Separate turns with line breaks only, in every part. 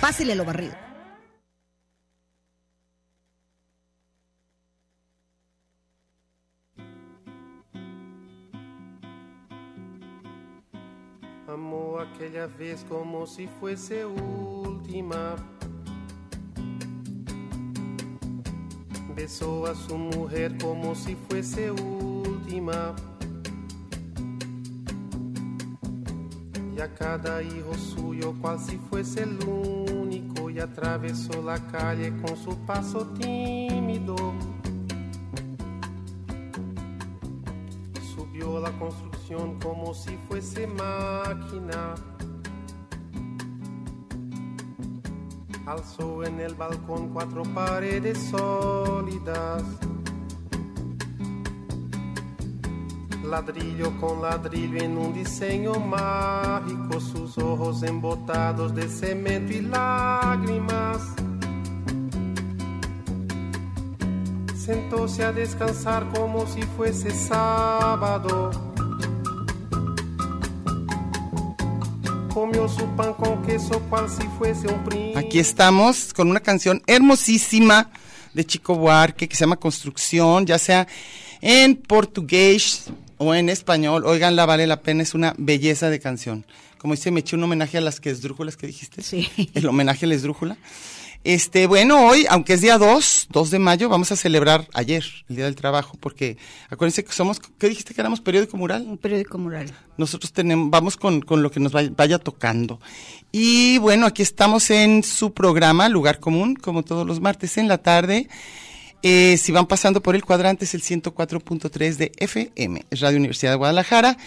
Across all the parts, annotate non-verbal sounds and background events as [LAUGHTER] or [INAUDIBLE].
Pásele lo barrido.
Amó aquella vez como si fuese última. Besó a su mujer como si fuese última. Y a cada hijo suyo cual si fuese el único. Y atravesó la calle con su paso tímido. Subió la construcción como si fuese máquina. Alzó en el balcón cuatro paredes sólidas. Ladrillo con ladrillo en un diseño mágico, sus ojos embotados de cemento y lágrimas. sentóse a descansar como si fuese sábado. Comió su pan con queso cual si fuese un príncipe.
Aquí estamos con una canción hermosísima de Chico Buarque que se llama Construcción, ya sea en portugués o en español. Oiganla, vale la pena, es una belleza de canción. Como dice, me eché un homenaje a las que esdrújulas que dijiste.
Sí.
[LAUGHS] El homenaje a la esdrújula. Este, bueno, hoy, aunque es día 2, 2 de mayo, vamos a celebrar ayer, el Día del Trabajo, porque acuérdense que somos, ¿qué dijiste que éramos? Periódico Mural.
Un periódico mural.
Nosotros tenemos, vamos con, con lo que nos vaya, vaya tocando. Y bueno, aquí estamos en su programa, Lugar Común, como todos los martes en la tarde. Eh, si van pasando por el cuadrante es el 104.3 de FM, es Radio Universidad de Guadalajara.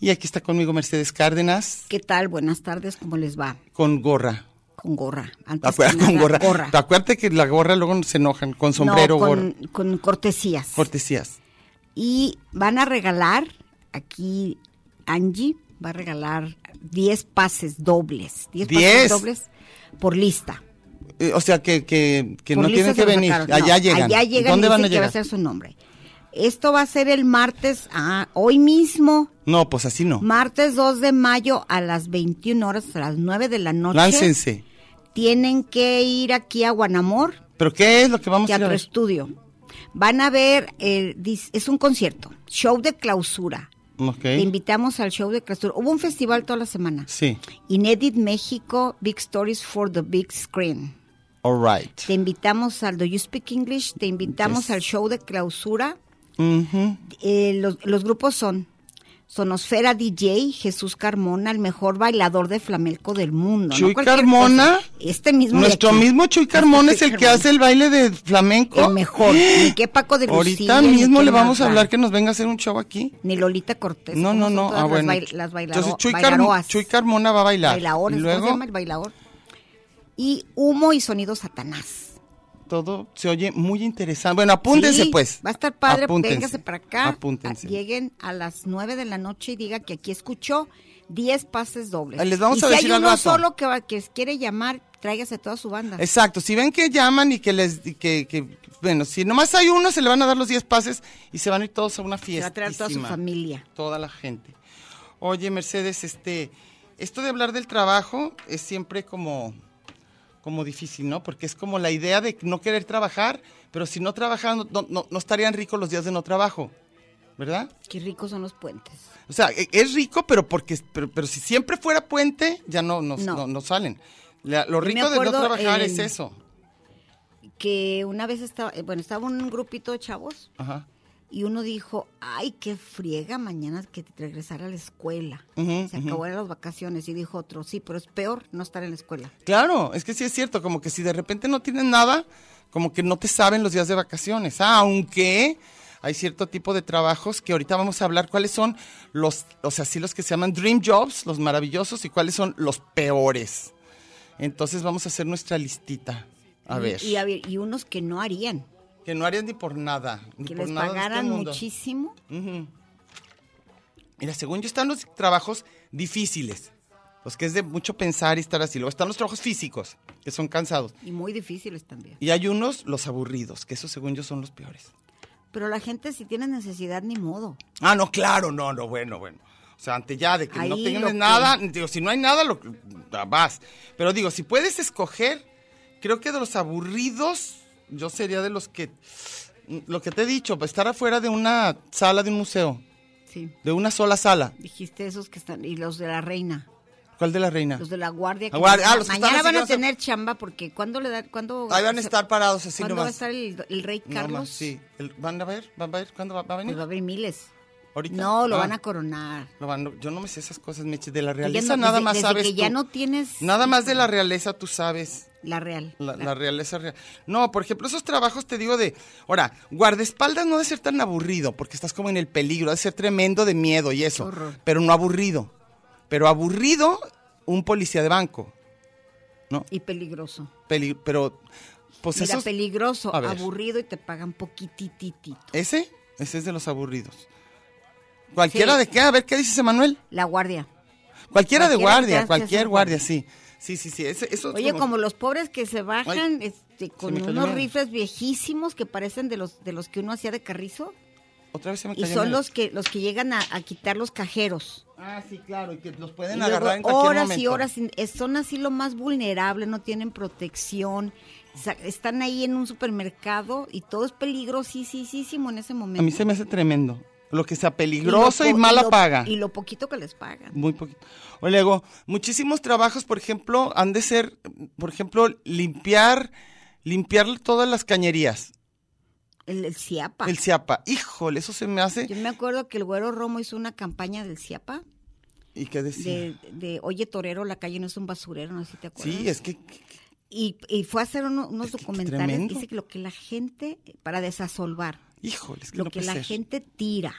Y aquí está conmigo Mercedes Cárdenas,
¿Qué tal? Buenas tardes, ¿cómo les va?
con gorra.
Con gorra.
¿Te
Antes
acuerdas
que
Ah, pues, con
nada,
gorra? ¿Te acuerdas que la gorra luego se enojan con sombrero
No, con,
gorra?
con cortesías.
Cortesías.
y van a regalar, aquí Angie va a regalar 10 pases dobles. 10 pases
¿Diez?
dobles por lista.
Eh, o sea, que, que, que
Por
no tienen
listas
que
de
venir.
mercado.
allá
No,
llegan.
Allá llegan
¿Dónde
y
van a
dicen que va
llegar?
a ser su nombre. Esto va a ser el martes, ah, hoy mismo,
No, pues así no.
martes 2 de mayo a las 21 horas, a las 9 de la noche.
Láncense.
Tienen que ir aquí a Guanamor,
¿Pero qué es lo que vamos a ir a
Teatro
ver?
Estudio. Van a ver, eh, dis- es un concierto, show de clausura.
Ok.
Te invitamos al show de clausura. Hubo un festival toda la semana.
Sí.
Inedit México, Big Stories for the Big Screen.
All right.
Te invitamos al Do You Speak English, te invitamos
Yes.
al show de clausura.
Ujú.
Eh, los, los grupos son Sonosfera DJ, Jesús Carmona, el mejor bailador de flamenco del mundo. ¿no?
Chuy
Cualquier
Carmona,
cosa. Este mismo. de
Nuestro
aquí. Este
mismo Chuy Carmón es el que hace el baile de flamenco.
El
[GASPS]
mejor. Ni que Paco de Lucía,
Ahorita
ni
mismo
que
le vamos a
nada.
hablar que nos venga a hacer un show aquí.
Ni Lolita Cortés.
No,
como
no,
son
no.
todas
Ah,
las
bueno.
bail- las bailadoras.
Entonces Chuy, Carmo- Chuy Carmona va a bailar.
Bailadores,
Y
¿cómo se
luego
llama el bailador? Y humo y sonido satanás.
todo se oye muy interesante. Bueno, apúntense
Sí,
pues.
Va a estar padre,
Apúntense.
véngase para acá. Ah,
Apúntense.
A- Lleguen a las 9 de la noche y diga que aquí escuchó 10 pases dobles.
Ahí Ah, les vamos
y
a
si
decir
hay
al
uno
rato.
solo que, va- que quiere llamar, tráigase toda su banda.
Exacto, si ven que llaman y que les y que, que- bueno, si nomás hay uno se le van a dar los 10 pases y se van a ir todos a una
Se
fiesta.
va a traer toda su familia.
toda la gente. Oye, Mercedes, este, esto de hablar del trabajo es siempre como, como difícil, ¿no? Porque es como la idea de no querer trabajar, pero si no trabajaran, no, no- no estarían ricos los días de no trabajo, ¿verdad?
Qué ricos son los puentes.
O sea, e- es rico, pero porque, pero, pero si siempre fuera puente, ya no, no,
No.
no- no salen. La- lo
me
rico de no
acuerdo
trabajar
en-
es eso.
Que una vez estaba, eh, bueno, estaba un grupito de chavos
Ajá.
Y uno dijo, ay, qué friega mañana que te regresar a la escuela.
Ujú,
Se
ujú.
acabaron las vacaciones. Y dijo otro, sí, pero es peor no estar en la escuela.
Claro, es que sí es cierto, como que si de repente no tienes nada, como que no te saben los días de vacaciones, Ah, aunque hay cierto tipo de trabajos que ahorita vamos a hablar cuáles son los, o sea, sí los que se llaman dream jobs, los maravillosos, y cuáles son los peores. Entonces vamos a hacer nuestra listita. A
Y-
ver,
Y, a ver, y unos que no harían.
que no harían ni por nada, ni
Que
por
les
nada de este
pagaran
mundo.
muchísimo.
Ujú. Mira, según yo están los trabajos difíciles, los que es de mucho pensar y estar así. Luego están los trabajos físicos, que son cansados.
Y muy difíciles también.
Y hay unos, los aburridos, que esos según yo son los peores.
Pero la gente si tiene necesidad, ni modo.
Ah, no, claro, no, no, bueno, bueno. O sea, ante ya de que no
Ahí
tengas
lo que-
nada, digo, si no hay nada, lo ah, vas. Pero digo, si puedes escoger, creo que de los aburridos, yo sería de los que, lo que te he dicho, pues, estar afuera de una sala de un museo,
Sí.
de una sola sala.
Dijiste esos que están, y los de la reina,
¿Cuál de la reina?
los de la guardia. que
La guardia, ah, los que están
mañana
así
van
que
a
no se-
tener chamba porque cuando le dan, cuando
Ahí van a estar parados así
¿Cuándo va a
nomás.
estar el, el rey Carlos?
Nomás, sí. El- ¿Van a ver? ¿Van a ver? ¿Cuándo va, va a venir?
Pues va a haber miles.
¿Ahorita?
No, lo
Ah.
van a coronar.
No, va, no, yo no me sé esas cosas, Meche. De la
Tú Pues ya
realeza
no-
nada
desde-
más
desde
sabes
que ya
tú.
no tienes Ah.
Nada más de la realeza tú sabes.
la real.
La, la realeza real. No, por ejemplo, esos trabajos te digo de. Ahora, guardaespaldas no ha de ser tan aburrido, porque estás como en el peligro, ha de ser tremendo de miedo y eso.
Qué horror.
Pero no aburrido. Pero aburrido, un policía de banco.
Y peligroso.
Peli- pero. Pues
Mira,
esos-
peligroso,
A ver.
aburrido y te pagan poquititito.
Ese, ese es de los aburridos. Cualquiera de qué, a ver qué dice Manuel.
La guardia.
Cualquiera, de
Cualquiera que tengas
guardia,
que
cualquier
hacer
guardia,
guardia.
sí. Sí, sí, sí. ese- esos
Oye, como los pobres que se bajan este, con
me cayó
unos
mal.
rifles viejísimos que parecen de los de los que uno hacía de carrizo
Otra vez se me
y
cayó
son
mal.
los que los que llegan a, a quitar los cajeros.
Ah, sí, claro, y que los pueden
Y luego
agarrar en cualquier
horas y
momento.
horas sin- eh, son así lo más vulnerable, no tienen protección. sa- Están ahí en un supermercado y todo es peligrosísimo en ese
A
momento.
mí se me hace tremendo. Lo que sea
Y lo
peligroso y,
po-
mala
lo-
paga.
Y lo poquito que les pagan.
Muy poquito. O luego, muchísimos trabajos, por ejemplo, han de ser, por ejemplo, limpiar, limpiar todas las cañerías.
El, el CIAPA.
El Ciapa. Híjole, eso se me [LAUGHS] hace.
Yo me acuerdo que el güero Romo hizo una campaña del CIAPA
¿Y qué decir?
de, de Oye Torero, la calle no es un basurero, no sé si te acuerdas.
Sí, es que
y, y fue a hacer uno- unos
Es que qué
documentales.
tremendo.
Dice que lo que la gente, para desasolvar,
Híjole, es que
lo
no
que
puede
la
ser.
gente tira,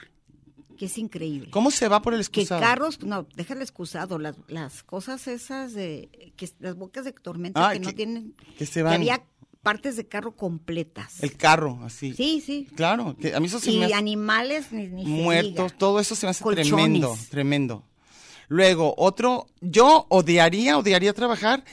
que es increíble.
¿Cómo se va por el
Que
excusado?
carros, no, déjale excusado, las, las cosas esas de, que las bocas de tormenta
Ah,
que, no
que-
tienen,
que se van.
había partes de carro completas.
El carro, así.
sí, sí.
Claro, que a mí eso se
y
me hace
animales ni, ni se
muertos,
diga.
todo eso se me hace
Colchones.
tremendo, tremendo. Luego, otro, yo odiaría, odiaría trabajar,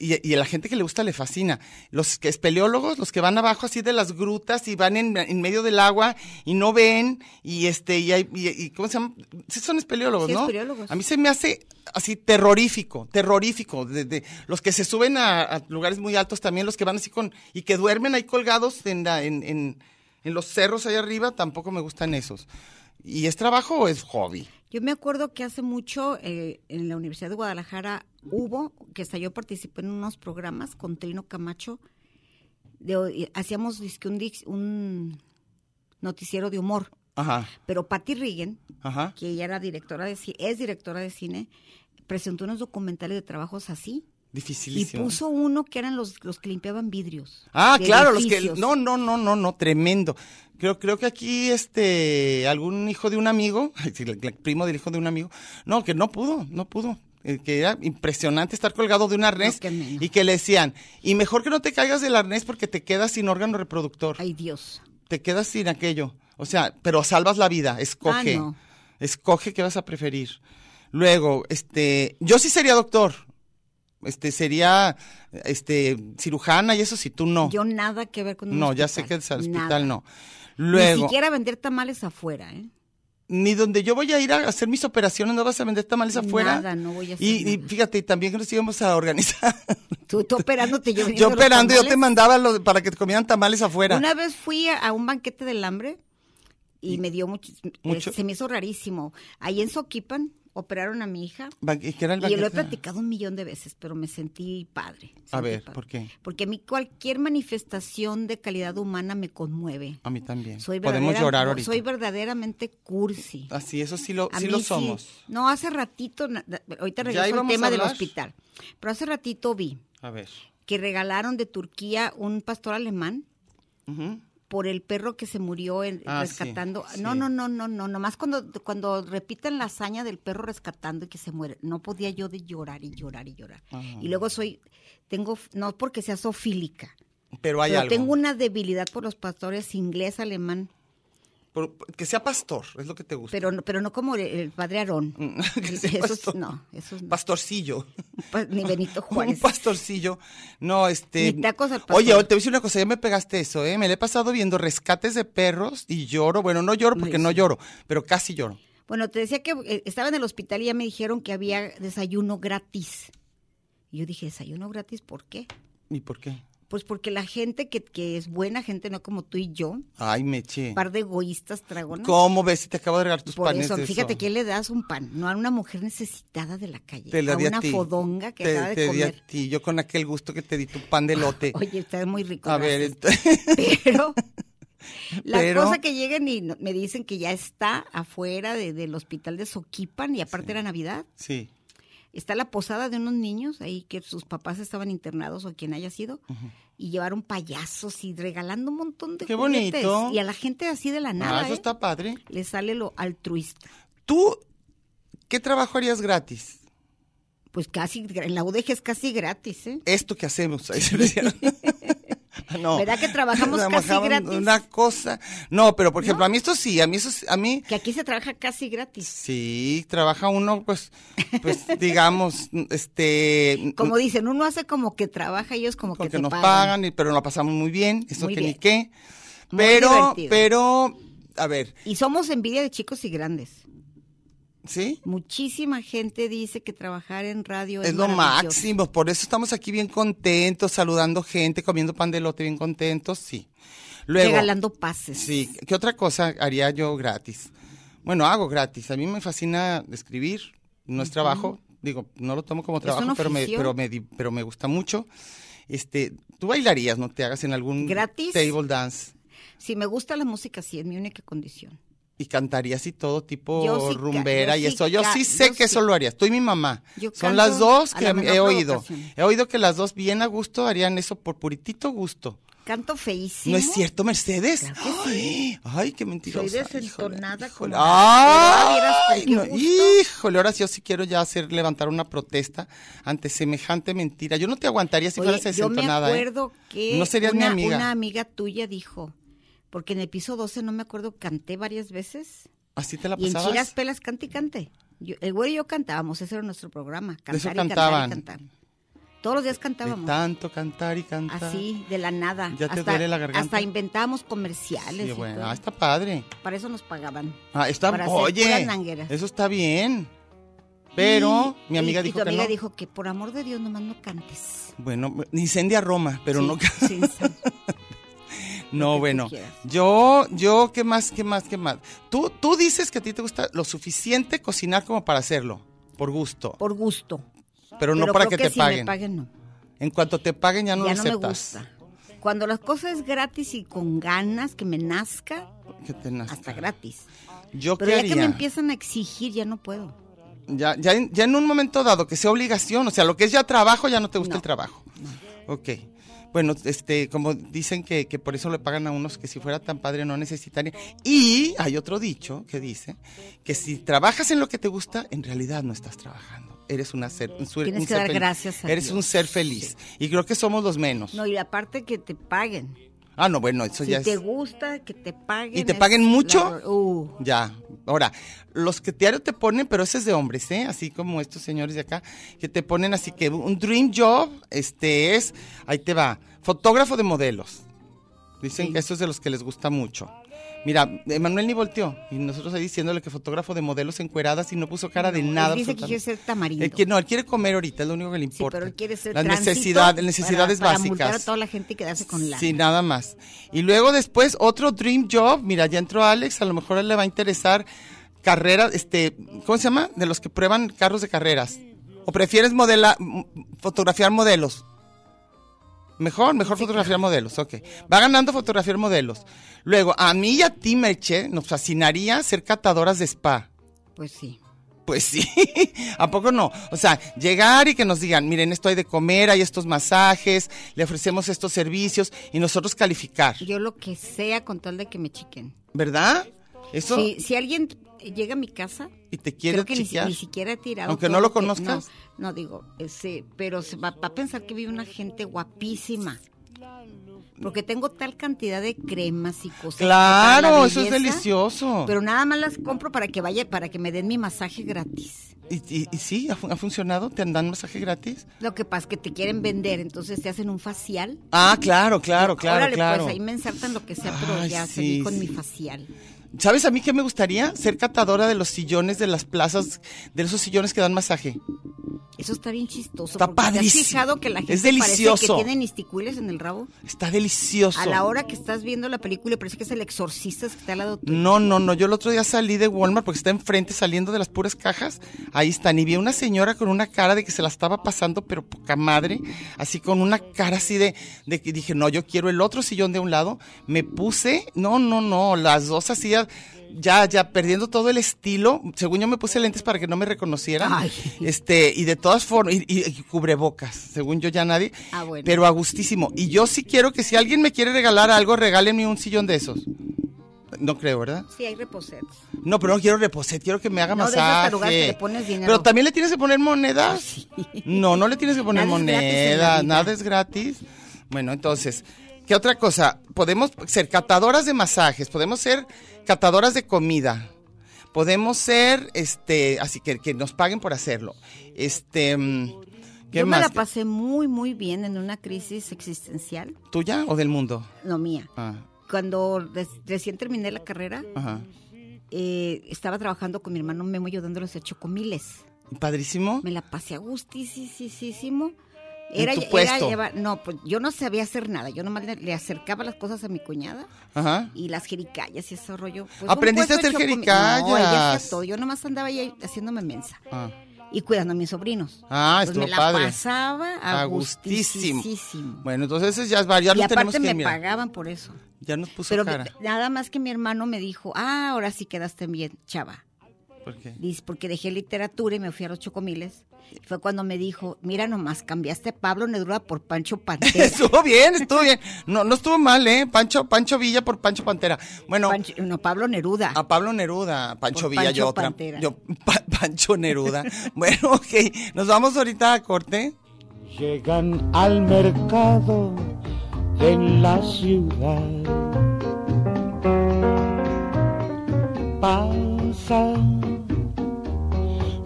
y, y a la gente que le gusta le fascina. Los que espeleólogos, los que van abajo así de las grutas y van en, en medio del agua y no ven, y este, y hay, y, y- ¿cómo se llama? Sí son espeleólogos,
Sí,
¿no?
espeleólogos.
A mí se me hace así terrorífico, terrorífico. De, de- los que se suben a, a lugares muy altos también, los que van así con, y que duermen ahí colgados en, la- en, en, en los cerros allá arriba, tampoco me gustan esos. ¿Y es trabajo o es hobby?
Yo me acuerdo que hace mucho eh, en la Universidad de Guadalajara hubo, que hasta yo participé en unos programas con Trino Camacho, de, hoy- hacíamos dizque un, dix- un noticiero de humor,
Ajá,
pero Patty Regan,
ajá.
que ella era directora de ci- es directora de cine, presentó unos documentales de trabajos así y
Dificilísimo.
puso uno que eran los, los que limpiaban vidrios.
Ah,
de
claro, los que
edificios.
no, no, no, no, no, tremendo. Creo, creo que aquí, este, algún hijo de un amigo, [LAUGHS] ay, sí, el- el primo del hijo de un amigo, no, que no pudo, no pudo. Eh, Que era impresionante estar colgado de un arnés
No, qué menos.
y que le decían, y mejor que no te caigas del arnés porque te quedas sin órgano reproductor,
Ay Dios.
te quedas sin aquello. O sea, pero salvas la vida, escoge,
Ah, no.
escoge qué vas a preferir. Luego, este, yo sí sería doctor, este, sería, este, cirujana y eso si tú no.
Yo nada que ver con un
No, ya sé que el
hospital,
hospital
nada.
no. Luego,
Ni
ni,
siquiera vender tamales afuera, ¿eh?
donde yo voy a ir a hacer mis operaciones no vas a vender tamales afuera.
Nada, no voy a hacer
Y, y
nada.
fíjate, y también que nos íbamos a
[LAUGHS]
organizar.
Tú, tú operándote,
[LAUGHS]
yo
yo
vendiendo los
operando, yo te
tamales.
mandaba los- para que te comieran tamales afuera.
Una vez fui a, a un banquete del hambre y, me dio mucho, eh,
Mm. ¿Mucho?
se me hizo rarísimo. Ahí en Soquipan, operaron a mi hija.
Ba- ¿Qué era
Y
el
lo he
banquete?
platicado un millón de veces, pero me sentí padre.
A
sentí
ver,
padre.
¿por qué?
Porque a mí cualquier manifestación de calidad humana me conmueve.
A mí también.
Soy
Ah, Podemos
verdadera-
llorar ahorita.
Soy verdaderamente cursi.
Así, eso sí lo,
A
sí
mí
lo
sí.
somos.
No, hace ratito, na- da- ahorita
Ya
regreso al
íbamos a
tema del
hablar.
hospital, pero hace ratito vi
A ver.
que regalaron de Turquía un pastor alemán
Ujú.
por el perro que se murió en-
Ah, sí,
rescatando.
sí.
No, no, no, no, no, nomás cuando, cuando repitan la hazaña del perro rescatando y que se muere, no podía yo de llorar y llorar y llorar.
Ajá.
Y luego soy, tengo, f- no porque sea sofílica,
Pero hay
pero
algo.
tengo una debilidad por los pastores inglés, alemán,
Por- por- que sea pastor, es lo que te gusta.
pero, no- pero no como el, el padre Aarón.
[LAUGHS] Que sea
Esos,
pastor.
no, esos no.
Pastorcillo.
Pa- ni Benito
[LAUGHS] Un
Juárez.
pastorcillo. No, este.
Ni tacos al pastor.
Oye, te voy a decir una cosa, ya me pegaste eso, ¿eh? Me la he pasado viendo rescates de perros y lloro. Bueno, no lloro porque
Ay,
no
sí.
lloro, pero casi lloro.
Bueno, te decía que eh, estaba en el hospital y ya me dijeron que había desayuno gratis. Y yo dije, ¿desayuno gratis por qué?
¿Y por qué?
Pues porque la gente que, que es buena gente, no como tú y yo,
Ay, Meche.
par de egoístas tragones.
¿Cómo ves si te acabo de regalar tus
Por
panes?
eso,
de
fíjate que le das un pan, no a una mujer necesitada de la calle,
Te la
a
di a
una
ti.
fodonga que
Te-
acaba de
te di a
comer.
ti, yo con aquel gusto que te di tu pan de lote.
Oye, está muy rico.
a ver,
gracias.
ent- [LAUGHS]
pero la
Pero-
cosa que llegan y no- me dicen que ya está afuera de- del hospital de Soquipan y aparte era Navidad.
sí.
Está la posada de unos niños ahí que sus papás estaban internados o quien haya sido y llevaron payasos y regalando un montón de
Qué
juguetes.
bonito.
y a la gente así de la nada
ah, eso
¿eh?
está padre.
le sale lo altruista.
¿Tú qué trabajo harías gratis?
Pues casi en la UDG es casi gratis, ¿eh?
Esto que hacemos. ahí
[LAUGHS]
se lo decía. no.
¿Verdad que trabajamos casi
Trabajaban
gratis?
Una cosa. No, pero por ejemplo,
¿No?
a mí esto sí, a mí eso sí- a mí
Que aquí se trabaja casi gratis.
sí trabaja uno pues pues
[LAUGHS]
digamos, este
Como dicen, uno hace como que trabaja, ellos como que
porque
te
nos pagan.
pagan.
y- pero nos la pasamos muy bien, eso
Muy
que ni
bien.
qué.
Muy
Pero
divertido.
pero a ver,
Y somos envidia de chicos y grandes.
¿sí?
Muchísima gente dice que trabajar en radio es,
Es lo
Pues maravilloso.
máximo, por eso estamos aquí bien contentos, saludando gente, comiendo pan de lote bien contentos, sí. Luego,
Regalando pases.
Sí, ¿qué otra cosa haría yo gratis? Bueno, hago gratis. A mí me fascina escribir, no es trabajo, digo, no lo tomo como
Es un
trabajo, pero me,
oficio.
pero me di- pero me gusta mucho. Este, tú bailarías, no te hagas en algún
¿Gratis?
table dance
Si me gusta la música, sí, es mi única condición.
y cantarías y todo tipo
Yo sí ca-
rumbera
yo
y
sí
eso. Yo
ca-
sí sé
yo
que eso
sí.
lo harías. Tú y mi mamá.
Yo
Son las
canto
dos
a
que
la menor
he oído.
provocación.
He oído que las dos bien a gusto harían eso por puritito gusto.
Canto feísimo.
¿No es cierto, Mercedes?
Claro que
ay, ay, qué mentirosa.
Soy desentonada
híjole, híjole.
como la- Pero
Ay,
vieras con qué
no,
gusto.
híjole, ahora sí yo sí quiero ya hacer levantar una protesta ante semejante mentira. Yo no te aguantaría si
Oye,
fueras
yo me
desentonada. ¿eh?
acuerdo que
No serías mi
una,
amiga.
una amiga tuya dijo, porque en el piso 12 no me acuerdo, canté varias veces.
Así te la
Y en
pasabas.
Chiras Pelas cante y cante. Yo- el güey y yo cantábamos, ese era nuestro programa. Cantar
eso
y cantar y
cantaban.
cantar. Todos los días
de
cantábamos.
tanto cantar y cantar.
Así, de la nada.
¿Ya te
hasta,
duele la garganta?
Hasta inventábamos
Sí,
comerciales. y
bueno,
todo.
ah, está padre.
Para eso nos pagaban.
Ah, está,
Para hacer puras
oye,
nangueras.
eso está bien. Pero
Y-
mi amiga
y- y
dijo
tu
que
amiga
no.
dijo que por amor de Dios nomás no cantes.
Bueno, incendia Roma, pero
Sí,
no
sí, sí. que
No,
tú
bueno.
quieras.
Yo, yo, ¿qué más, qué más, qué más? Tú, tú dices que a ti te gusta lo suficiente cocinar como para hacerlo, por gusto,
por gusto.
[LAUGHS] pero no
Pero
para
creo
que,
que
te
si
paguen.
me paguen, no.
En cuanto te paguen ya no
ya
lo
no me
aceptas.
gusta. Cuando las cosas es gratis y con ganas, que me nazca,
Que te nazca.
hasta gratis.
Yo
Pero
qué
ya
haría?
que me empiezan a exigir, ya no puedo.
Ya, ya, en- ya en un momento dado que sea obligación, o sea, lo que es ya trabajo, ya no te gusta
No.
el trabajo. Ok. Bueno, este, como dicen que, que por eso le pagan a unos que si fuera tan padre no necesitaría. Y hay otro dicho que dice que si trabajas en lo que te gusta, en realidad no estás trabajando. Eres una ser, un, ser-
Tienes
un
que
ser
dar
feliz.
gracias a
Eres
Dios.
un ser feliz. Y creo que somos los menos.
No, y aparte que te paguen.
Ah, no, bueno, eso
si
ya
te
es.
gusta, que te paguen.
¿Y te
es
paguen mucho?
la- uh,
Ya. Ahora, los que diario te ponen, pero ese es de hombres, ¿eh? Así como estos señores de acá, que te ponen así que un dream job, este es, ahí te va, fotógrafo de modelos. Dicen
Sí.
que eso es de los que les gusta mucho. Mira, Emanuel ni volteó, y nosotros ahí diciéndole que fotógrafo de modelos encueradas y no puso cara de
él
nada.
dice que quiere
absolutamente.
ser tamarindo.
Él quiere- no, él quiere comer ahorita, es lo único que le
sí,
importa.
pero él quiere ser
Las
tránsito
necesidades, las necesidades
para, Para multar a
básicas.
toda la gente y quedarse con la.
Sí, nada más. Y luego después otro dream job. Mira, ya entró Alex, a lo mejor a él le va a interesar carreras, este, ¿cómo se llama? De los que prueban carros de carreras. ¿O prefieres modela, m- fotografiar modelos? Mejor, mejor fotografiar modelos, ok. Va ganando fotografiar modelos. Luego, a mí y a ti, Melche, nos fascinaría ser catadoras de spa.
Pues sí.
Pues sí, [LAUGHS] ¿a poco no? O sea, llegar y que nos digan, miren, esto hay de comer, hay estos masajes, le ofrecemos estos servicios y nosotros calificar,
Yo lo que sea con tal de que me chiquen.
¿verdad? Eso,
Si, si alguien llega a mi casa,
y te quiere
creo que ni, si-
chiquear.
ni siquiera he tirado.
Aunque
todo
no lo
que-
conozcas.
no, no, digo, eh, sí, pero se va, va a pensar que vive una gente guapísima. Porque tengo tal cantidad de cremas y cosas. para
Claro,
la
eso es
belleza,
delicioso.
Pero nada más las compro para que vaya, para que me den mi masaje gratis.
¿Y, y- y sí? ¿Ha, fun- ha funcionado? ¿Te dan masaje gratis?
Lo que pasa es que te quieren vender, entonces te hacen un facial.
Ah, claro, claro, claro,
Órale,
claro.
pues ahí me ensartan lo que sea, pero
Ay,
ya
sí,
seguí con
sí.
mi facial.
¿Sabes a mí qué me gustaría? Ser catadora de los sillones de las plazas, de esos sillones que dan masaje.
Eso está bien chistoso.
Está
porque ¿Te has
padrísimo.
fijado que la
Es
gente parece
delicioso.
que tienen esticuiles en el rabo?
Está delicioso.
A la hora que estás viendo la película parece que es el exorcista que está al lado tuyo.
No, no, no. Yo el otro día salí de Walmart porque está enfrente saliendo de las puras cajas. Ahí están. Y vi a una señora con una cara de que se la estaba pasando, pero poca madre. Así con una cara así de, de que dije, no, yo quiero el otro sillón de un lado. Me puse, no, no, no. Las dos así ya, ya, ya perdiendo todo el estilo. Según yo me puse lentes para que no me reconocieran.
Ay.
Este, y de todas formas, y, y- y cubrebocas. Según yo ya nadie.
Ah, bueno.
Pero a gustísimo. Y yo sí quiero que si alguien me quiere regalar algo, regálenme un sillón de esos. No creo, ¿verdad?
Sí, hay reposetes.
No, pero no quiero reposet, quiero que me haga
No, de esas
masaje.
tarugas que le pones dinero.
Pero también le tienes que
[LAUGHS]
poner monedas. No, no le tienes que poner
Nada es gratis en la
monedas,
vida.
nada es gratis. Bueno, entonces, ¿qué otra cosa? Podemos ser catadoras de masajes, podemos ser catadoras de comida. Podemos ser este, así que que nos paguen por hacerlo. Este, mm, ¿qué
Yo
más?
me la pasé muy, muy bien en una crisis existencial,
¿Tuya o del mundo?
no mía.
Ah,
Cuando res- recién terminé la carrera,
ajá.
eh, estaba trabajando con mi hermano Memo ayudándole a hacer chocomiles.
Padrísimo.
Me la pasé a gustisísimo.
En
Era,
tu
era
puesto.
llevar- no, pues yo no sabía hacer nada. Yo nomás le, le acercaba las cosas a mi cuñada
Ajá.
y las jericayas y ese rollo. Pues, un
Aprendiste a
puesto de
hacer
chocomi- No, ella hacía
jericayas.
todo. Yo nomás andaba ahí haciéndome mensa
Ah.
y cuidando a mis sobrinos.
Ah,
Pues
estuvo
me la
padre.
pasaba a
A gustísimo.
gustisísimo.
Bueno, entonces ese ya es varios.
y
Ya no tenemos
aparte
que
me
mirar.
pagaban por eso.
Ya nos puso
Pero
cara.
nada más que mi hermano me dijo, ah, ahora sí quedaste bien, chava.
¿Por qué?
Dice, porque dejé literatura y me fui a los chocomiles. Fue cuando me dijo, mira nomás, cambiaste a Pablo Neruda por Pancho
[LAUGHS]
Pantera.
Estuvo bien, estuvo bien. No, no estuvo mal, ¿eh? Pancho, Pancho Villa por Pancho Pantera. Bueno,
Pancho- no, Pablo Neruda.
a Pablo Neruda, Pancho
Por
Villa, yo
Pancho
otra.
Pantera.
Yo, [LAUGHS] Pa- Pancho Neruda. bueno, [LAUGHS] ok, nos vamos ahorita a corte.
Llegan al mercado en la ciudad. Pasa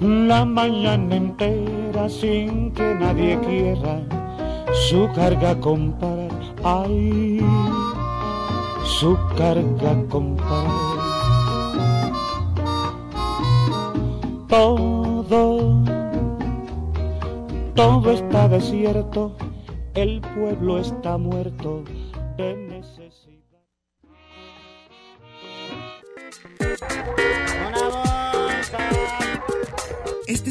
la mañana entera sin que nadie quiera su carga comprar. Ay, su carga comprar. Todo todo está desierto, el pueblo está muerto de necesidad.
Este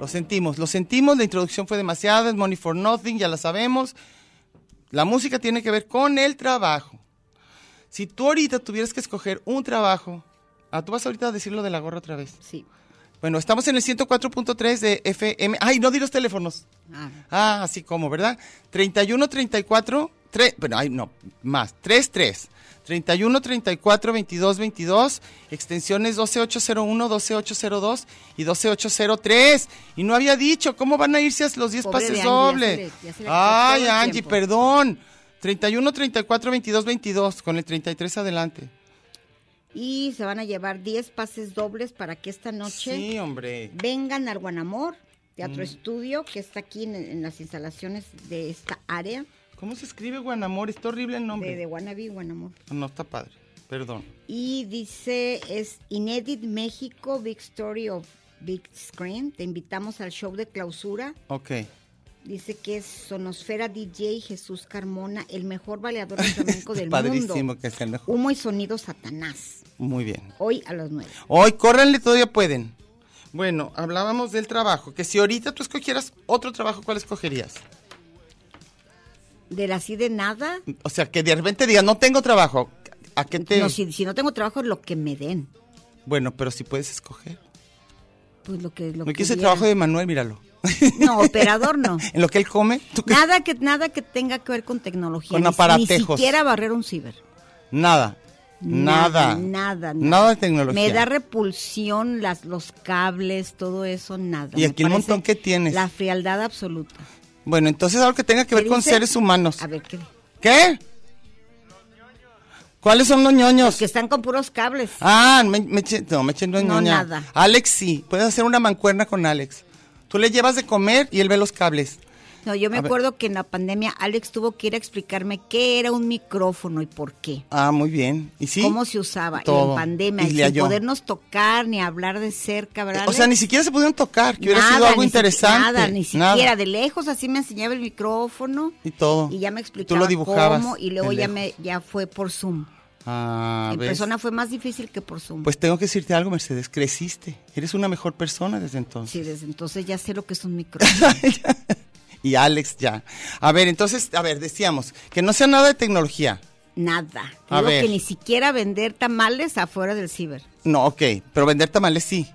Lo sentimos, lo sentimos, la introducción fue demasiada, es Money for Nothing, ya la sabemos. La música tiene que ver con el trabajo. Si tú ahorita tuvieras que escoger un trabajo, ah, tú vas ahorita a decir lo de la gorra otra vez.
Sí.
Bueno, estamos en el 104.3 de FM. Ay, no di los teléfonos.
Ah,
Ah, así como, ¿verdad? 31 34 3, bueno, ay, no, más, 3 3. 31 34 22 22, extensiones 12801, 12802 y 12803. Y no había dicho, ¿cómo van a irse a los 10
Pobre de
pases
Angie, ya se
dobles?
le- ya se le acabó
Ay,
todo el
Angie,
tiempo.
perdón. 31 34 22 22 con el 33 adelante.
Y se van a llevar 10 pases dobles para que esta noche
Sí, hombre.
vengan al Guanamor Teatro
Mm.
Estudio, que está aquí en, en las instalaciones de esta área
¿Cómo se escribe Guanamor? Está horrible el nombre.
de, de Guanabí, Guanamor.
Ah, No está padre. Perdón.
Y dice, es Inedit México, Big Story of Big Screen. Te invitamos al show de clausura.
Ok.
Dice que es Sonosfera DJ Jesús Carmona, el mejor
[LAUGHS]
baleador de flamenco del
Padrísimo
mundo.
que sea el mejor.
Humo y sonido Satanás.
Muy bien.
Hoy a las nueve.
Hoy, córranle, todavía pueden. Bueno, hablábamos del trabajo, que si ahorita tú escogieras otro trabajo, ¿cuál escogerías?
Del así de nada.
O sea, que de repente digas, no tengo trabajo, ¿a qué te...?
No, si, si no tengo trabajo, lo que me den.
Bueno, pero si puedes escoger.
Pues lo que lo
No
que
quise el
hubiera.
trabajo de Manuel, míralo.
No, operador
[LAUGHS]
no.
en lo que él come, tú qué-
Nada que, nada que tenga que ver con tecnología.
Con
ni- Ni
aparatejos.
siquiera barrer un ciber.
Nada. Nada.
Nada, nada.
Nada de tecnología.
Me da repulsión las, los cables, todo eso, nada.
Y
Me
aquí el
parece
montón que tienes.
La frialdad absoluta.
Bueno, entonces algo que tenga que ver
¿Qué
con
dice?
seres humanos.
A ver, ¿qué?
¿Qué? ¿Cuáles son los ñoños?
Que están con puros cables.
Ah, me, me eché- no, me eché no,
No,
ñoña.
nada.
Alex sí, puedes hacer una mancuerna con Alex. Tú le llevas de comer y él ve los cables.
No, yo me
a ver.
acuerdo que en la pandemia Alex tuvo que ir a explicarme qué era un micrófono y por qué.
Ah, muy bien. ¿Y sí?
Cómo se usaba y
Todo.
en pandemia,
Y
y
le
sin
halló.
podernos tocar ni hablar de cerca, ¿verdad?
O sea, ni
Alex?
siquiera se pudieron tocar, que hubiera
Nada,
sido algo
ni siqui-
interesante.
Nada, ni siquiera. De lejos así me enseñaba el micrófono
Y todo.
y ya me
Y
explicaba
Tú lo dibujabas.
cómo y luego
de
ya, me,
lejos.
ya fue por Zoom.
Ah,
en
¿ves?
persona fue más difícil que por Zoom.
Pues tengo que decirte algo, Mercedes, creciste. Eres una mejor persona desde entonces.
sí, desde entonces ya sé lo que es un
[LAUGHS]
micrófono.
y Alex ya. A ver, entonces, a ver, decíamos, que no sea nada de tecnología.
Nada.
A
Digo
ver.
que ni siquiera vender tamales afuera del ciber.
No, ok, pero vender tamales sí.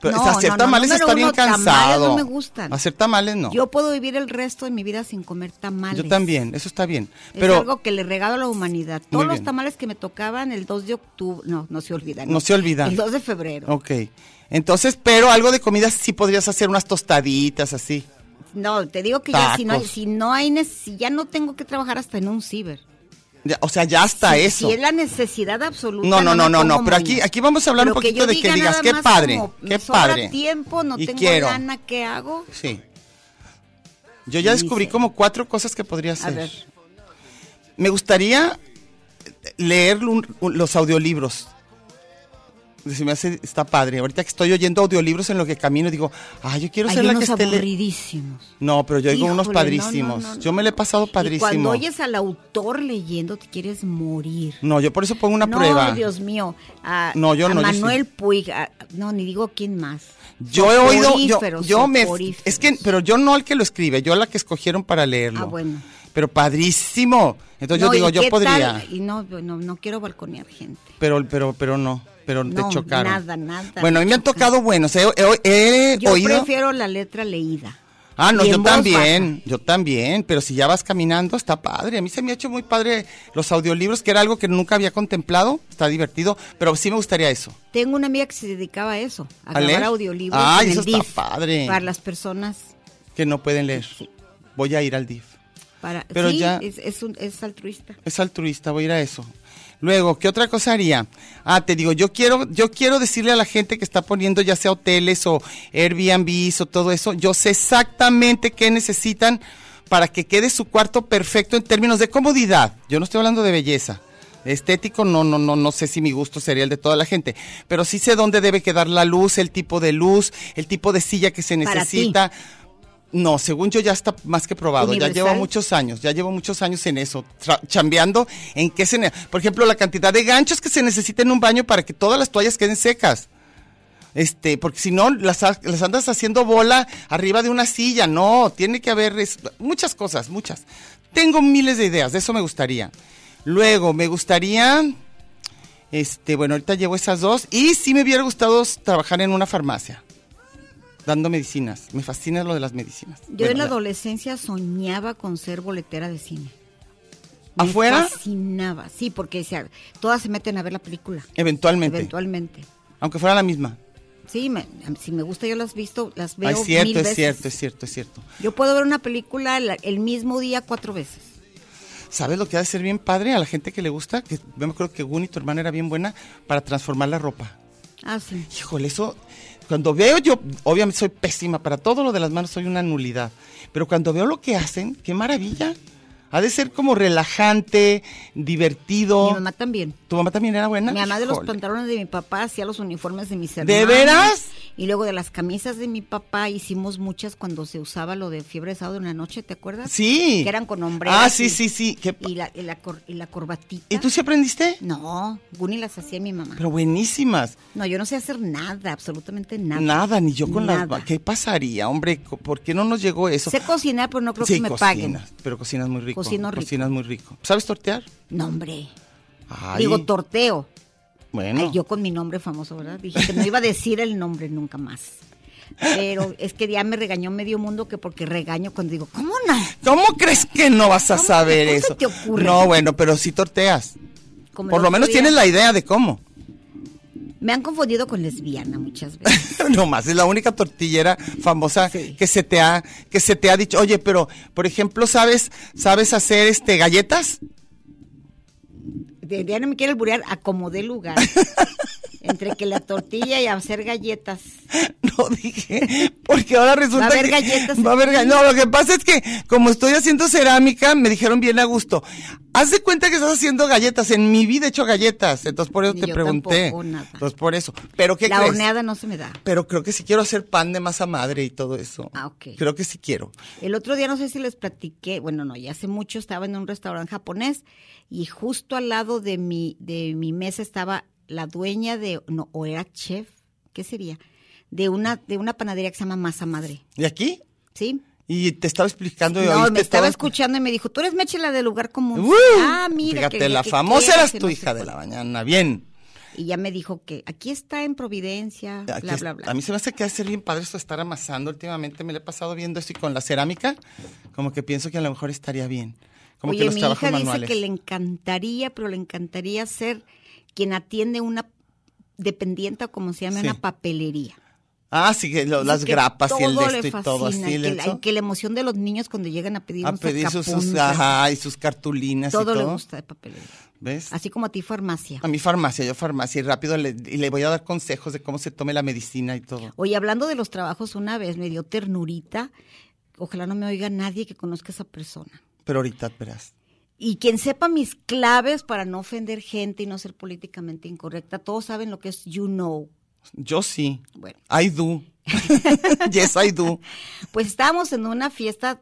Pero
No,
o sea, hacer
no, no,
tamales
número
está bien
uno, tamales
cansado.
no me gustan.
Hacer tamales no.
Yo puedo vivir el resto de mi vida sin comer tamales.
Yo también, eso está bien.
Es
Pero
algo que le regalo a la humanidad. Todos los
bien.
tamales que me tocaban el 2 de octubre, no, no se olvidan.
No se olvidan.
El 2 de febrero.
ok. Entonces, pero algo de comida sí podrías hacer unas tostaditas así.
No, te digo que ya si no,
Tacos.
si no hay nes- si ya no tengo que trabajar hasta en un ciber.
Ya, O sea, ya hasta eso.
Si es la necesidad absoluta.
No, no, no,
me
no, no,
pongo
pero
moña.
aquí- aquí vamos a hablar
Lo
un
yo
poquito de que
diga
digas,
nada
qué
más
padre,
como,
qué
me sobra
padre.
tiempo, no
Y
tengo
quiero.
lana, ¿qué hago?
Sí. Yo ya descubrí
Dice.
como cuatro cosas que podría
A
hacer.
ver,
Me gustaría leer un- un- los audiolibros. Se me hace, está padre. Ahorita que estoy oyendo audiolibros en lo que camino, digo, ah, yo quiero
hay
ser la que
unos
esté le-
aburridísimos.
No, pero yo oigo unos
Híjole, no,
padrísimos.
no, no,
Yo me le he pasado
Y cuando
padrísimo.
oyes al autor leyendo, te quieres morir.
No, yo por eso pongo una
no,
prueba.
Dios mío. A,
No, yo
a
no, yo sí.
Manuel Puig. a- no, ni digo quién más.
Yo he oído, yo,
Soporíferos,
yo me,
soporíferos.
es que, pero yo no al que lo escribe, yo a la que escogieron para leerlo.
Ah, bueno.
Pero padrísimo. Entonces
No,
yo digo,
¿y qué
yo podría,
tal? Y no, no, no quiero balconear gente.
pero, pero, pero no, pero
No,
te chocaron.
nada, nada,
Bueno, a
me
mí me han
chocaron.
tocado buenos. He, he- he
Yo
oído.
prefiero la letra leída.
Ah, no,
y en
yo
voz
también,
baja.
yo también, pero si ya vas caminando está padre. A mí se me ha hecho muy padre los audiolibros, que era algo que nunca había contemplado, está divertido, pero sí me gustaría eso.
Tengo una amiga que se dedicaba a eso, a,
¿A
grabar
leer?
audiolibros
Ay,
en
Ah, eso
el
está
DIF
padre.
para las personas.
que no pueden leer. Voy a ir al DIF.
Para,
Pero
sí,
ya-
es, es un- es altruista.
Es altruista, voy a ir a eso. Luego, ¿qué otra cosa haría? Ah, te digo, yo quiero, yo quiero decirle a la gente que está poniendo ya sea hoteles o Airbnb o todo eso, yo sé exactamente qué necesitan para que quede su cuarto perfecto en términos de comodidad. Yo no estoy hablando de belleza. Estético, no, no, no, no sé si mi gusto sería el de toda la gente, pero sí sé dónde debe quedar la luz, el tipo de luz, el tipo de silla que se
Para ti.
necesita. No, según yo ya está más que probado. Ya
Universal.
llevo muchos años, ya llevo muchos años en eso, tra- chambeando en qué se... ne- Por ejemplo, la cantidad de ganchos que se necesita en un baño para que todas las toallas queden secas. Este, porque si no, las, ha- las andas haciendo bola arriba de una silla. No, tiene que haber es- muchas cosas, muchas. Tengo miles de ideas, de eso me gustaría. Luego, me gustaría... Este, bueno, ahorita llevo esas dos. Y sí me hubiera gustado s- trabajar en una farmacia, dando medicinas. Me fascina lo de las medicinas.
Yo
Bueno,
en la
la-
adolescencia soñaba con ser boletera de cine. Me
¿Afuera?
fascinaba, sí, porque se- todas se meten a ver la película,
Eventualmente.
eventualmente.
Aunque fuera la misma.
Sí, me- si me gusta yo las visto, las
Ah,
veo
es cierto,
mil
es
veces.
cierto, es cierto, es cierto.
Yo puedo ver una película la- el mismo día cuatro veces.
¿Sabes lo que ha de ser bien padre a la gente que le gusta? Que yo me acuerdo que Gun y tu hermana era bien buena para transformar la ropa.
Ah, sí.
Híjole, eso. Cuando veo yo, obviamente soy pésima para todo lo de las manos, soy una nulidad. Pero cuando veo lo que hacen, qué maravilla. Ha de ser como relajante, divertido.
Mi mamá también.
¿Tu mamá también era buena?
Mi mamá de los
Híjole.
pantalones de mi papá hacía los uniformes de mis
¿De
hermanos.
veras?
Y luego de las camisas de mi papá hicimos muchas cuando se usaba lo de fiebre de sábado en la noche, ¿te acuerdas?
Sí.
Que eran con hombres.
Ah, sí, sí, sí. qué pa-
Y la, y la, cor- y la corbatita.
¿Y tú sí aprendiste?
No, Guni las hacía mi mamá.
Pero buenísimas.
No, yo no sé hacer nada, absolutamente nada.
Nada, ni yo con las...
Nada.
va- ¿Qué pasaría, hombre? Co- ¿Por qué no nos llegó eso?
Sé cocinar, pero no creo
sí,
que me
cocinas,
paguen.
pero cocinas muy rico.
Cocino rico.
Cocinas muy rico. ¿Sabes tortear?
No, hombre.
Ay,
Digo, torteo.
bueno.
Ay, yo con mi nombre famoso, ¿verdad? Dije que no iba a decir el nombre nunca más. Pero es que ya me regañó medio mundo que porque regaño cuando digo, ¿cómo no?
¿Cómo crees que no vas a
¿Cómo-
saber
cómo se
eso?
te ocurre?
No, bueno, pero sí torteas.
Como
Por
el
lo
otro
menos
día.
tienes la idea de cómo. [LAUGHS]
Me han confundido con lesbiana muchas
[LAUGHS]
veces.
no más, es la única tortillera famosa
Sí.
que se te ha que se te ha dicho, "Oye, pero por ejemplo, ¿sabes sabes hacer este galletas?" [LAUGHS]
De- Ya no me quiere alburear, acomodé
[LAUGHS]
lugar. Entre que la tortilla y hacer galletas.
No dije, porque ahora resulta
haber
que
galletas
va a haber
aquí.
ga- No, lo que pasa es que como estoy haciendo cerámica, me dijeron bien a gusto. Haz de cuenta que estás haciendo galletas. En mi vida he hecho galletas, entonces por eso
Ni
te
yo
pregunté.
tampoco, nada.
Entonces por eso. Pero qué
La
crees?
horneada no se me da.
Pero creo que sí quiero hacer pan de masa madre y todo eso.
Ah, ok.
Creo que sí quiero.
El otro día no sé si les platiqué, bueno, no, ya hace mucho estaba en un restaurante japonés y justo al lado de mi de mi mesa estaba la dueña de no, o era chef, ¿qué sería? De una de una panadería que se llama Masa Madre,
¿Y aquí?
¿sí?
Y te estaba explicando y
No,
oíste
me estaba
todo.
escuchando y me dijo, "Tú eres Mechela del lugar común."
¡Uh!
ah, mira
Fíjate,
que-
la
que
famosa
quieres,
eras
que
tu
no sé
hija de la
cuánto.
mañana. Bien.
Y ya me dijo que aquí está en Providencia,
Aquí
bla
es-
bla bla.
A mí se me hace que va a ser bien padre esto de estar amasando. Últimamente me lo he pasado viendo eso y con la cerámica, como que pienso que a lo mejor estaría bien. Como
Oye,
que los
mi
trabajos
hija
manuales.
dice que le encantaría, pero le encantaría ser quien atiende una dependiente o como se llame,
Sí.
una papelería.
Ah, sí, que lo-
Dice
las
que
grapas y el
todo
de
le
esto y todo
fascina,
así. le
que, la,
echo-
que la emoción de los niños cuando llegan a pedir,
a
un
pedir sus, sus-
sacapuntas,
ajá, y sus cartulinas
todo
y
le
todo.
gusta de papelería.
¿Ves?
Así como a ti farmacia.
A mi farmacia, yo farmacia y rápido le, y le voy a dar consejos de cómo se tome la medicina y todo.
Oye, hablando de los trabajos, una vez me dio ternurita. Ojalá no me oiga nadie que conozca a esa persona.
Pero ahorita verás.
Y quien sepa mis claves para no ofender gente y no ser políticamente incorrecta, todos saben lo que es you know.
Yo sí.
Bueno,
I do. [LAUGHS] yes, I do.
pues estábamos en una fiesta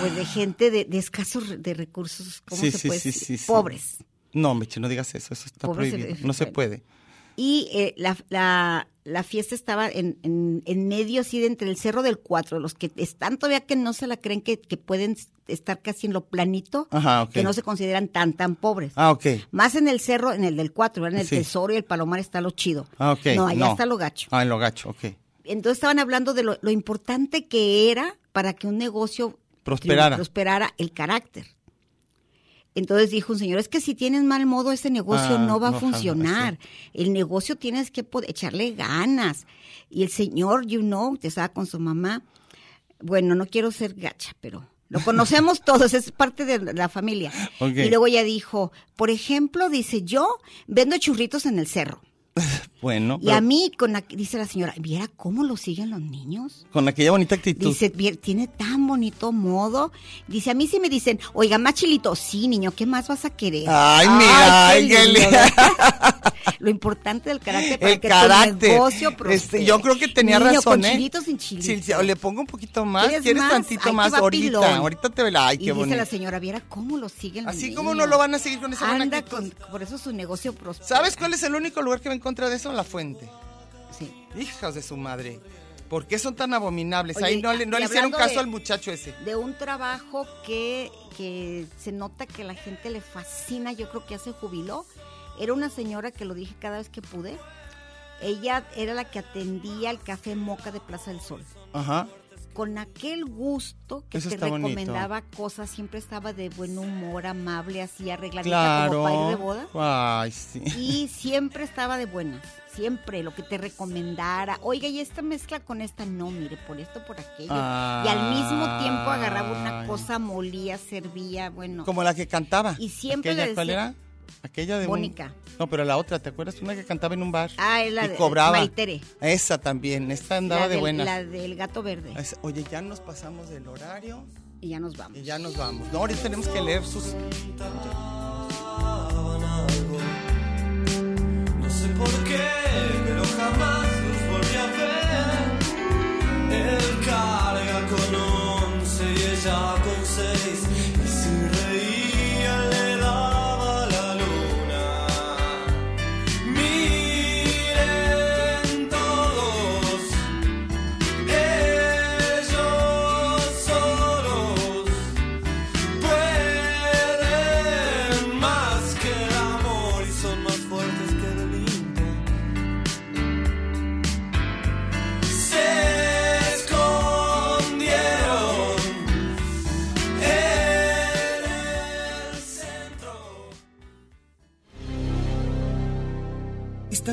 pues de gente de, de escasos re- de recursos, ¿cómo
Sí,
se
sí,
puede
sí,
decir?
sí, sí.
Pobres.
No, Meche, no digas eso. Eso está
Pobres,
prohibido. No se
bueno.
puede.
Y eh, la, la- la fiesta estaba en, en- en medio, así, de entre el Cerro del Cuatro, los que están todavía que no se la creen que, que pueden estar casi en lo planito,
Ajá, ok.
que no se consideran tan, tan pobres.
Ah, ok.
Más en el cerro, en el del cuatro, ¿verdad? en el
Sí.
tesoro y el palomar está lo chido.
Ah, ok.
No, allá está lo gacho.
Ah, en lo gacho, ok.
Entonces estaban hablando de lo, lo importante que era para que un negocio
Prosperara.
triun- prosperara el carácter. Entonces dijo un señor, es que si tienes mal modo, ese negocio
Ah,
no va
no,
a
jamás,
funcionar. El negocio tienes que po- echarle ganas. Y el señor, you know, que estaba con su mamá, bueno, no quiero ser gacha, pero
[LAUGHS]
lo conocemos todos, es parte de la familia.
Ok.
Y luego ella dijo, por ejemplo, dice, yo vendo churritos en el cerro.
Bueno,
y a
pero
mí, con la- dice la señora, ¿viera cómo lo siguen los niños?
con aquella bonita actitud.
Dice, "Vie- tiene tan bonito modo. Dice, a mí sí me dicen, oiga, más chilito, sí, niño, ¿qué más vas a querer?
Ay, mira, ay, qué
lindo,
lindo.
¿verdad? Lo importante del carácter para
[LAUGHS] el
que
carácter.
tu negocio
Este,
prospere.
yo creo que tenía
Niño,
razón,
con
¿eh?
chilitos sin chilitos.
Sí, sí, o le pongo un poquito más,
¿Quieres
quieres,
más? Ahí
tantito
te
más
va
ahorita.
pilón.
Ahorita te ve la, ay,
y
qué
dice
bonito.
la señora, viera cómo lo siguen los
Así como
niños.
no lo van a seguir con esa buena
Anda
actitud.
con, por eso su negocio prospera.
¿Sabes cuál es el único lugar que va en contra de eso? La fuente.
Sí.
Hijas de su madre. ¿Por qué son tan abominables?
Oye,
Ahí no le, no
y
le hicieron
hablando
caso
de-
al muchacho ese.
de un trabajo que, que se nota que la gente le fascina, yo creo que ya se jubiló. Era una señora que lo dije cada vez que pude. Ella era la que atendía el café Moca de Plaza del Sol.
Ajá.
Con aquel gusto que
Eso
te
está bonito.
recomendaba cosas, siempre estaba de buen humor, amable, así arregladita como para ir de boda.
Claro. Ay, sí.
Y siempre estaba de buenas, siempre lo que te recomendara. Oiga, y esta mezcla con esta, no, mire, por esto, por aquello. Y al mismo tiempo agarraba una
Ay.
cosa, molía, servía, bueno.
Como la que cantaba.
Y siempre
¿Aquella
le
cuál
decía-
era? Aquella de un-
Mónica.
No, pero la otra, ¿te acuerdas? Una que cantaba en un bar.
Ah, es la
y
de
cobraba.
Maritere.
Esa también, esta andaba
la
de
del-
buena.
La del gato verde.
Oye, ya nos pasamos del horario
Y ya nos vamos.
y ya nos vamos. No, ahorita tenemos que leer sus...
No sé por qué, pero jamás los volví a ver. Él carga con once y ella con seis. Y si reía le daba la luna. Miren todos, ellos solos pueden más que el amor y son más fuertes que el Olimpo. Se escondieron en el centro.
Está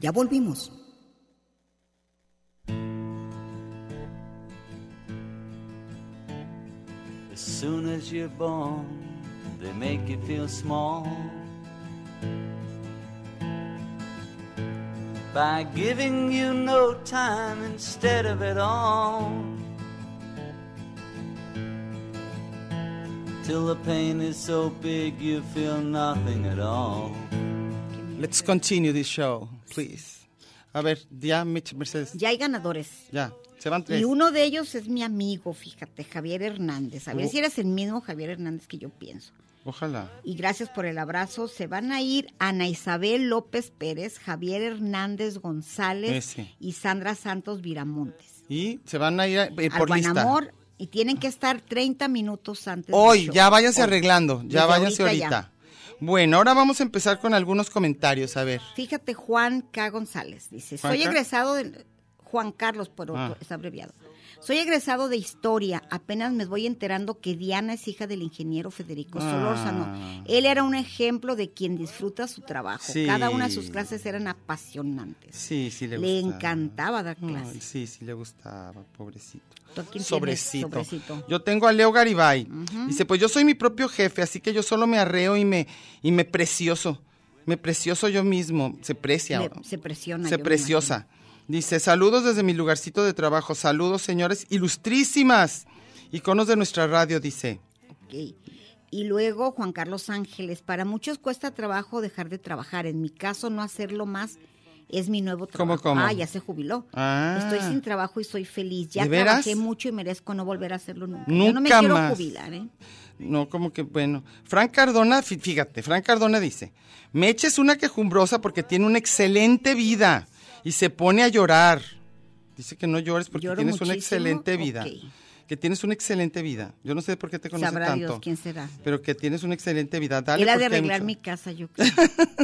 Ya volvimos.
As soon as you're born, they make you feel small. By giving you no time instead of it all. Till the pain is so big you feel nothing at all.
Let's continue this show, please. A ver, ya, Mitch Mercedes.
Ya hay ganadores.
Ya, se van tres.
Y uno de ellos es mi amigo, fíjate, Javier Hernández. A ver
Oh.
si eres el mismo Javier Hernández que yo pienso.
Ojalá.
Y gracias por el abrazo. Se van a ir Ana Isabel López Pérez, Javier Hernández González
Ese.
y Sandra Santos Viramontes.
Y se van a ir eh,
Al
por lista.
Guanamor, y tienen que estar 30 minutos antes. del
Hoy,
show.
ya váyanse
Hoy.
arreglando, ya
Desde
váyanse ahorita.
ya.
Bueno, ahora vamos a empezar con algunos comentarios, a ver.
Fíjate, Juan K. González dice,
¿Juan
soy
K?
egresado de... Juan Carlos, pero
Ah.
está abreviado. Soy egresado de Historia. Apenas me voy enterando que Diana es hija del ingeniero Federico
Ah.
Solórzano. Él era un ejemplo de quien disfruta su trabajo.
Sí.
Cada una de sus clases eran apasionantes.
Sí, sí le
Le
gustaba.
encantaba dar
Ay,
clases.
sí, sí le gustaba, pobrecito.
¿Tú a quién tienes?
Sobrecito.
Sobrecito.
Yo tengo a Leo Garibay. Dice, pues yo soy mi propio jefe, así que yo solo me arreo y me, y me precioso. Me precioso yo mismo. Se precia.
Le- se presiona.
Se
yo me
preciosa. Dice, saludos desde mi lugarcito de trabajo. Saludos, señores ilustrísimas. Iconos de nuestra radio, dice.
Ok. Y luego Juan Carlos Ángeles, para muchos cuesta trabajo dejar de trabajar, en mi caso no hacerlo más es mi nuevo
¿Cómo,
trabajo.
cómo?
Ah, ya se jubiló.
Ah.
Estoy sin trabajo y soy feliz. Ya
¿De veras?
trabajé mucho y merezco no volver a hacerlo nunca. Yo no me
Nunca
quiero
más.
jubilar, ¿eh?
No, como que bueno. Frank Cardona, fí- fíjate, Frank Cardona dice, Meche es una quejumbrosa porque tiene una excelente vida y se pone a llorar. Dice que no llores porque
Lloro
tienes una
muchísimo,
excelente vida.
ok.
Que tienes una excelente vida. Yo no sé por qué te conoce
Sabrá
tanto.
Dios quién será.
Pero que tienes una excelente vida. Dale,
Era de
porque hay
arreglar
mucho-
mi casa,
[LAUGHS]
yo creo.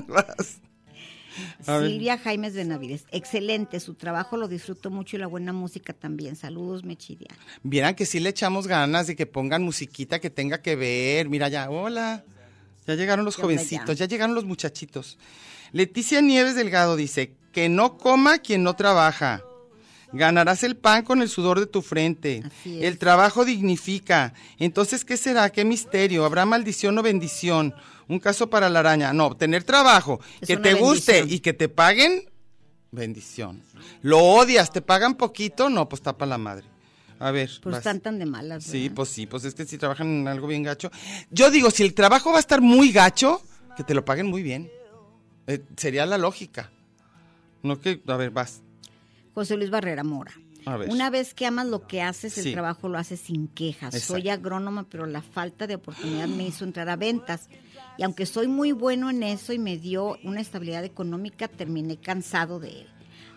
Vas. A ver.
Silvia Jaimes Benavides. Excelente, su trabajo lo disfruto mucho y la buena música también. Saludos, Mechidia.
Vieran que sí le echamos ganas de que pongan musiquita que tenga que ver. Mira ya, hola. Ya llegaron los
Ya, hombre,
jovencitos,
ya.
ya llegaron los muchachitos. Leticia Nieves Delgado dice, que no coma quien no trabaja. Ganarás el pan con el sudor de tu frente.
Así es.
El trabajo dignifica. Entonces, ¿qué será? ¿Qué misterio? ¿Habrá maldición o bendición? Un caso para la araña. No, tener trabajo,
Es
que
una
te guste
bendición.
y que te paguen, bendición. Lo odias, te pagan poquito, no, pues tapa la madre. A ver.
Pues
vas.
están tan de malas.
Sí,
¿verdad?
pues sí, pues es que si trabajan en algo bien gacho. Yo digo, si el trabajo va a estar muy gacho, que te lo paguen muy bien. Eh, sería la lógica. No que, a ver, vas.
José Luis Barrera Mora.
A ver.
Una vez que amas lo que haces, el
Sí.
trabajo lo haces sin quejas. Soy
Exacto.
agrónoma, pero la falta de oportunidad me hizo entrar a ventas. Y aunque soy muy bueno en eso y me dio una estabilidad económica, terminé cansado de él.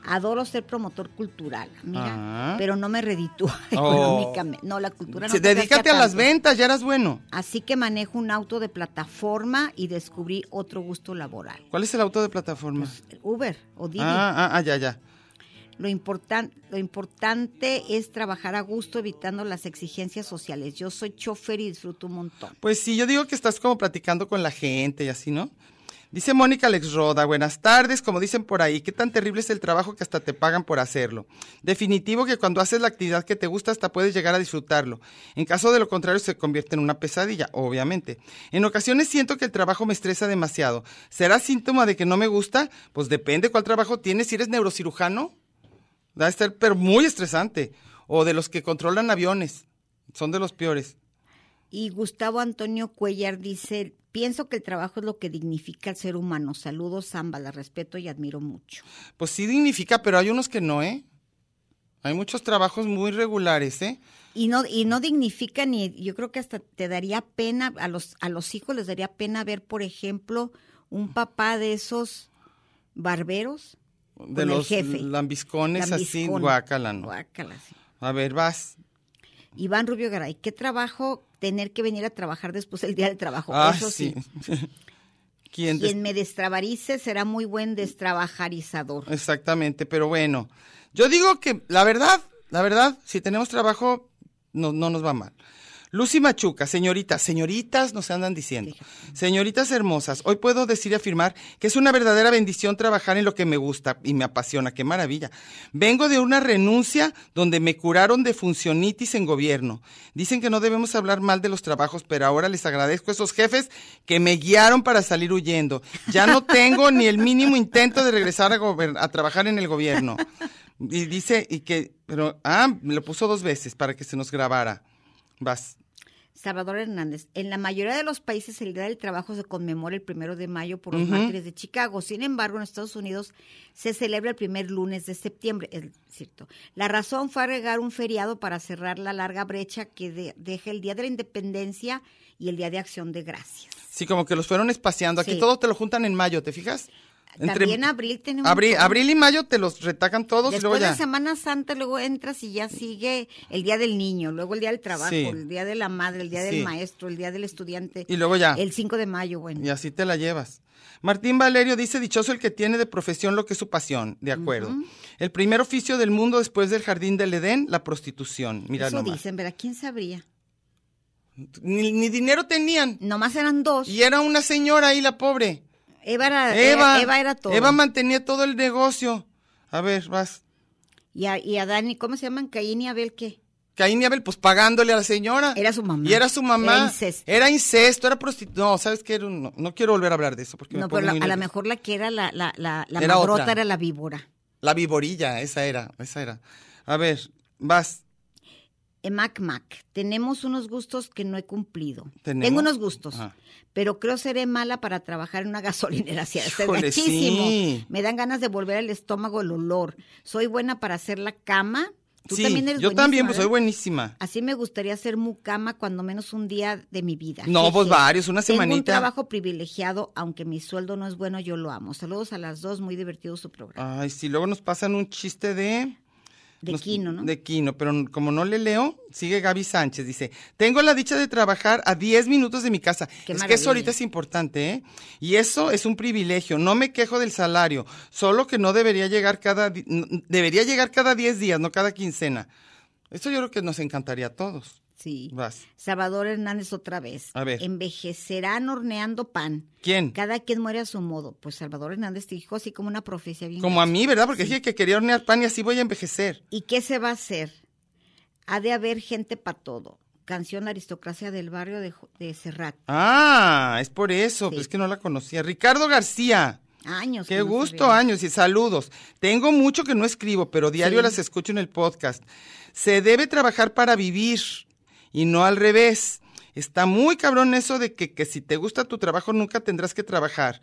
Adoro ser promotor cultural, mira,
Ah.
pero no me [LAUGHS] reditúa
Oh.
económicamente. No, la cultura no.
Se-
te
dedícate a
gasta
las
tanto.
ventas, ya eras bueno.
Así que manejo un auto de plataforma y descubrí otro gusto laboral.
¿Cuál es el auto de plataforma?
Pues, Uber o Didi.
Ah, ah, ah, ya, ya.
Lo, importan- lo importante es trabajar a gusto evitando las exigencias sociales. Yo soy chofer y disfruto un montón.
Pues sí, yo digo que estás como platicando con la gente y así, ¿no? Dice Mónica Alex Roda, buenas tardes, como dicen por ahí, qué tan terrible es el trabajo que hasta te pagan por hacerlo. Definitivo que cuando haces la actividad que te gusta hasta puedes llegar a disfrutarlo. En caso de lo contrario se convierte en una pesadilla, obviamente. En ocasiones siento que el trabajo me estresa demasiado. ¿Será síntoma de que no me gusta? Pues depende cuál trabajo tienes. Si eres neurocirujano, va a estar pero muy estresante. O de los que controlan aviones, son de los peores.
Y Gustavo Antonio Cuellar dice, pienso que el trabajo es lo que dignifica al ser humano. Saludos, ambas, la respeto y admiro mucho.
Pues sí dignifica, pero hay unos que no, ¿eh? Hay muchos trabajos muy regulares, ¿eh?
Y no, y no dignifica ni, yo creo que hasta te daría pena, a los, a los hijos les daría pena ver, por ejemplo, un papá de esos barberos.
De
Con el
los
jefe.
lambiscones así,
lambiscón.
guácala, ¿no?
Guácala, sí.
A ver, vas.
Iván Rubio Garay, qué trabajo tener que venir a trabajar después del día del trabajo.
ah,
Eso sí.
sí. [LAUGHS] ¿Quién des-
Quien me destrabarice será muy buen destrabajarizador.
Exactamente, pero bueno. Yo digo que la verdad, la verdad, si tenemos trabajo, no, no nos va mal. Lucy Machuca, señoritas, señoritas nos andan diciendo. Señoritas hermosas, hoy puedo decir y afirmar que es una verdadera bendición trabajar en lo que me gusta y me apasiona. Qué maravilla. Vengo de una renuncia donde me curaron de funcionistas en gobierno. Dicen que no debemos hablar mal de los trabajos, pero ahora les agradezco a esos jefes que me guiaron para salir huyendo. Ya no tengo ni el mínimo intento de regresar a, gober- a trabajar en el gobierno. Y dice, y que, pero, ah, me lo puso dos veces para que se nos grabara. Vas.
Salvador Hernández, en la mayoría de los países el Día del Trabajo se conmemora el primero de mayo por los
Ujú.
mártires de Chicago. Sin embargo, en Estados Unidos se celebra el primer lunes de septiembre. Es cierto. La razón fue agregar un feriado para cerrar la larga brecha que de- deja el Día de la Independencia y el Día de Acción de Gracias.
Sí, como que los fueron espaciando. Aquí
Sí.
todos te lo juntan en mayo, ¿te fijas?
También abril tiene un
Abril,
montón.
abril y mayo te los retacan todos y luego
Después
ya.
de Semana Santa, luego entras y ya sigue el día del niño, luego el día del trabajo,
Sí.
el día de la madre, el día
Sí.
del maestro, el día del estudiante.
Y luego ya.
El 5 de mayo, bueno.
Y así te la llevas. Martín Valerio dice, dichoso el que tiene de profesión lo que es su pasión, de acuerdo. El primer oficio del mundo después del jardín del Edén, la prostitución. Mira
Eso
nomás.
dicen, ¿verdad? ¿Quién sabría?
Ni, ni dinero tenían.
Nomás eran dos.
Y era una señora ahí, la pobre.
Eva era,
Eva.
era- Ah, e- Eva era todo.
Eva mantenía todo el negocio. A ver, vas.
y, a, y Adán, ¿y cómo se llaman? Caín y Abel, ¿qué?
Caín y Abel, pues pagándole a la señora.
Era su mamá.
Ah, Y era su mamá.
Era incesto.
Era incesto, era prostitu- No, ¿sabes qué? Era un- No, no quiero volver a hablar de eso porque me
No,
pongo
pero la-
muy
a lo
nervioso.
mejor la que era la, la, la, la
Era
madrota
otra.
era la víbora.
La viborilla, esa era, esa era. A ver, vas.
eh, Mac Mac, tenemos unos gustos que no he cumplido.
¿Tenemos? Ah.
Tengo unos gustos,
Ajá.
pero creo seré mala para trabajar en una [LAUGHS] gasolinera. así, es
Híjole,
gachísimo.
sí.
Me dan ganas de volver al estómago el olor. Soy buena para hacer la cama. Tú
sí,
también eres
yo también,
buenísima, eh? Ah,
pues soy
¿verdad?
buenísima.
Así me gustaría ser mucama cuando menos un día de mi vida.
No,
Jeje.
pues varios, una
Tengo un
semanita.
trabajo privilegiado, aunque mi sueldo no es bueno, yo lo amo. Saludos a las dos, muy divertido su programa.
Ay, sí, luego nos pasan un chiste de...
de
Ah, nos-
Quino, ¿no?
De Quino, pero n- como no le leo, sigue Gaby Sánchez, dice, tengo la dicha de trabajar a 10 minutos de mi casa.
Qué
es que
maravilla.
eso ahorita es importante, ¿eh? Y eso es un privilegio, no me quejo del salario, solo que no debería llegar cada, di- n- debería llegar cada 10 días, no cada quincena. Eso yo creo que nos encantaría a todos.
Sí.
Vas.
Salvador Hernández otra vez.
A ver.
Envejecerán horneando pan.
¿Quién?
Cada quien muere a su modo. Pues Salvador Hernández te dijo así como una profecía bien.
Como a
gacha.
mí, ¿verdad? Porque dije que quería hornear pan y así voy a envejecer.
¿Y qué se va a hacer? Ha de haber gente para todo. Canción La Aristocracia del Barrio de, Jo- de Serrat.
Ah, es por eso,
Sí.
pues es que no la conocía. Ricardo García.
Años.
Qué
que no se
gusto,
veía.
años y saludos. Tengo mucho que no escribo, pero diario
Sí.
las escucho en el podcast. Se debe trabajar para vivir y no al revés. Está muy cabrón eso de que, que si te gusta tu trabajo nunca tendrás que trabajar.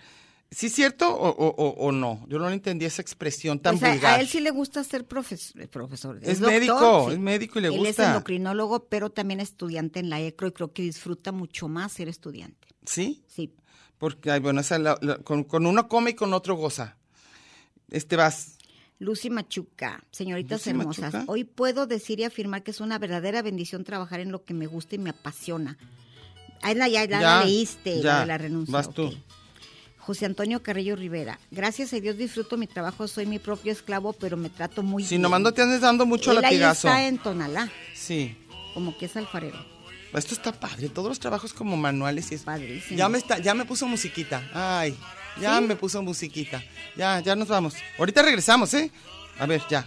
¿Sí es cierto o, o- o- o no? Yo no entendí esa expresión tan
Pues a-
vulgar.
a, él sí le gusta ser profes- eh, profesor.
Es
doctor,
médico,
sí.
es médico y le
Él es
gusta.
endocrinólogo, pero también estudiante en la E ECRO y creo que disfruta mucho más ser estudiante.
¿Sí?
Sí.
Porque, ay, bueno, esa la- la- con, con uno come y con otro goza. Este vas.
Lucy Machuca, señoritas
Lucy
hermosas,
Machuca.
hoy puedo decir y afirmar que es una verdadera bendición trabajar en lo que me gusta y me apasiona. Ahí la, ya, la- la
Ya,
leíste,
ya,
la de la renuncia.
vas tú.
ok. José Antonio Carrillo Rivera, gracias a Dios disfruto mi trabajo, soy mi propio esclavo, pero me trato muy
Si
bien.
nomás no te andes dando mucho
Él ahí
latigazo.
está en Tonalá,
Sí.
como que es alfarero.
Esto está padre, todos los trabajos como manuales y es
Padrísimo.
Ya me está, ya me puso musiquita. Ay, ya me puso musiquita. Ya, ya nos vamos. Ahorita regresamos, ¿eh? A ver, ya.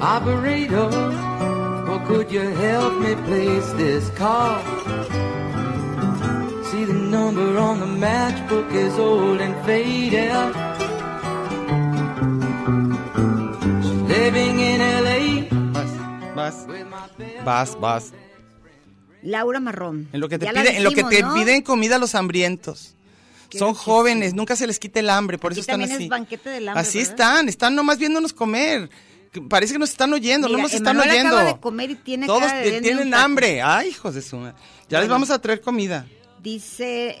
Operator, well, could you help me place this call? See the number on the matchbook is old and faded. She's living in LA.
Vas, vas,
with my best
vas, vas.
Laura Marrón.
En lo que te,
Ya la
piden, en lo que
dijimos,
te
¿no?
piden comida a los hambrientos.
Qué
Son
difícil.
jóvenes, nunca se les quita el hambre, por
Aquí
eso están
también es
así.
banquete del hambre,
así
¿verdad?
están, están nomás viéndonos comer. Que Parece que nos están oyendo,
Mira,
no nos están
Emanuel
oyendo.
acaba de comer y tiene
Todos
cara de
ti-
denme un
tienen
taco.
hambre. Ay, hijos de su madre. Ya les
Bueno.
vamos a traer comida.
Dice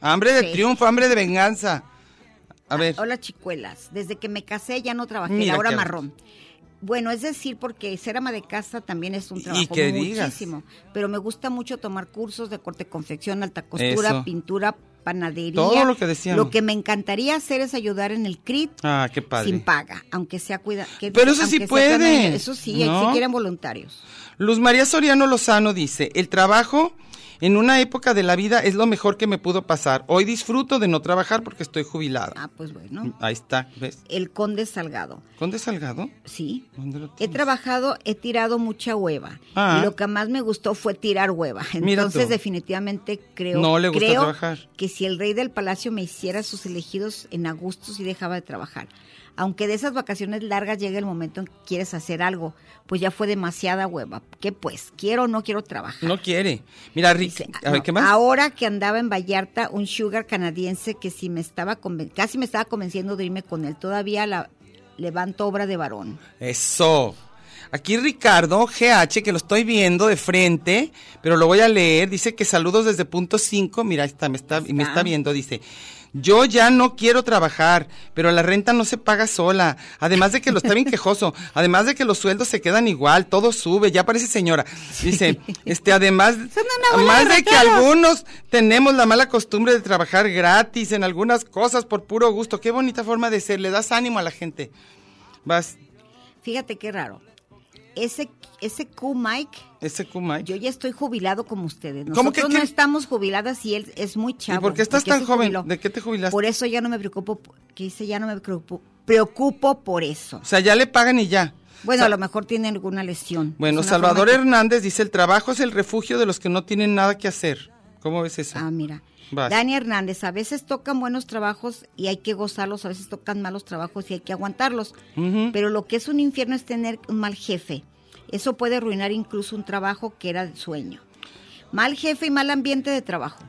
Hambre de
Sí.
triunfo, hambre de venganza. A ver.
Hola chicuelas, desde que me casé ya no trabajé,
Mira
Laura
qué
marrón. Bueno, es decir, porque ser ama de casa también es un
Y
trabajo
que digas.
muchísimo, pero me gusta mucho tomar cursos de corte confección, alta costura,
Eso.
pintura, panadería.
Todo lo que decíamos.
Lo que me encantaría hacer es ayudar en el CRIT
Ah, qué padre.
sin paga, aunque sea cuidar.
Pero eso sí puede,
Eso sí, ahí sí
¿no?
quieren voluntarios.
Luz María Soriano Lozano dice, el trabajo en una época de la vida es lo mejor que me pudo pasar. Hoy disfruto de no trabajar porque estoy jubilada.
Ah, pues bueno.
Ahí está, ¿ves?
El Conde Salgado,
¿Dónde Salgado?
sí.
¿Dónde lo
He
tienes?
trabajado, he tirado mucha hueva.
Ah.
Y lo que más me gustó fue tirar hueva.
Mira
Entonces,
tú.
definitivamente creo,
No le gusta
creo
trabajar.
que si el rey del palacio me hiciera sus elegidos en agosto, sí dejaba de trabajar. Aunque de esas vacaciones largas llega el momento en que quieres hacer algo, pues ya fue demasiada hueva. ¿Qué pues? ¿Quiero o no quiero trabajar?
No quiere. Mira, Rick,
Dice,
a ver,
no,
¿qué más?
Ahora que andaba en Vallarta, un sugar canadiense que si me estaba conven- casi me estaba convenciendo de irme con él, todavía la levanto obra de varón.
Eso. Aquí Ricardo GH, que lo estoy viendo de frente, pero lo voy a leer, dice que saludos desde punto 5, mira, ahí está, me está, me está viendo, dice, yo ya no quiero trabajar, pero la renta no se paga sola, además de que lo está bien quejoso, además de que los sueldos se quedan igual, todo sube, ya parece señora, dice, este,
[LAUGHS]
además,
una bola de
además de que
rateros.
algunos tenemos la mala costumbre de trabajar gratis en algunas cosas por puro gusto, qué bonita forma de ser, le das ánimo a la gente, vas...
Fíjate qué raro. Ese, ese Q Mike,
Ese Kumai.
yo ya estoy jubilado como ustedes. Nosotros
¿Cómo que
no
qué?
estamos jubiladas y él es muy chavo.
¿Y por qué estás tan
se
joven?
jubiló.
¿De qué te jubilaste?
Por e- eso ya no me preocupo, po- que dice ya no me preocupo, preocupo por eso.
O sea, ya le pagan y ya.
Bueno,
O sea,
a lo mejor tiene alguna lesión.
Bueno,
Es una forma
Salvador
que-
Hernández dice, el trabajo es el refugio de los que no tienen nada que hacer. ¿Cómo ves eso?
Ah, mira.
Vas.
Dani Hernández, a veces tocan buenos trabajos y hay que gozarlos, a veces tocan malos trabajos y hay que aguantarlos. Pero lo que es un infierno es tener un mal jefe. Eso puede arruinar incluso un trabajo que era el sueño. Mal jefe y mal ambiente de trabajo.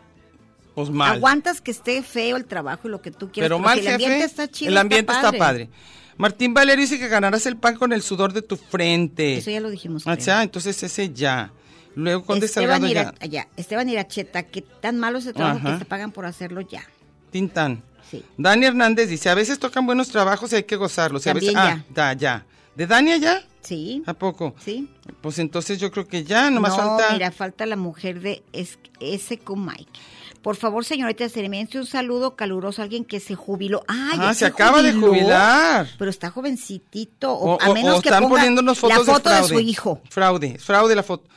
pues mal.
Aguantas que esté feo el trabajo y lo que tú quieras.
pero
si
mal
el
jefe,
ambiente está chido.
el ambiente está padre. Martín Valerio dice que ganarás el pan con el sudor de tu frente.
Eso ya lo dijimos.
Ah,
creo.
ya, entonces ese ya. Luego Conde
Esteban,
Salgado ya.
Ira- ya, Esteban Iracheta, que tan malo es el trabajo
Ajá.
que te pagan por hacerlo ya.
Tintán.
Sí.
Dani Hernández dice, a veces tocan buenos trabajos y hay que gozarlos. y a veces-
También
Ah, da, ya. ¿De Dani allá?
Sí.
¿A poco?
Sí.
Pues entonces yo creo que ya, [LAUGHS]
no,
nomás falta...
mira, falta la mujer de es- ese con Mike. Por favor, señorita, se le envió un saludo caluroso a alguien que se jubiló. Ah,
Ah, se acaba de jubilar.
Pero está jovencitito.
O,
O,
o-
a
o
menos que
están
ponga
poniéndonos fotos
la foto
de
de,
fraude.
su hijo.
Fraude, es fraude la foto.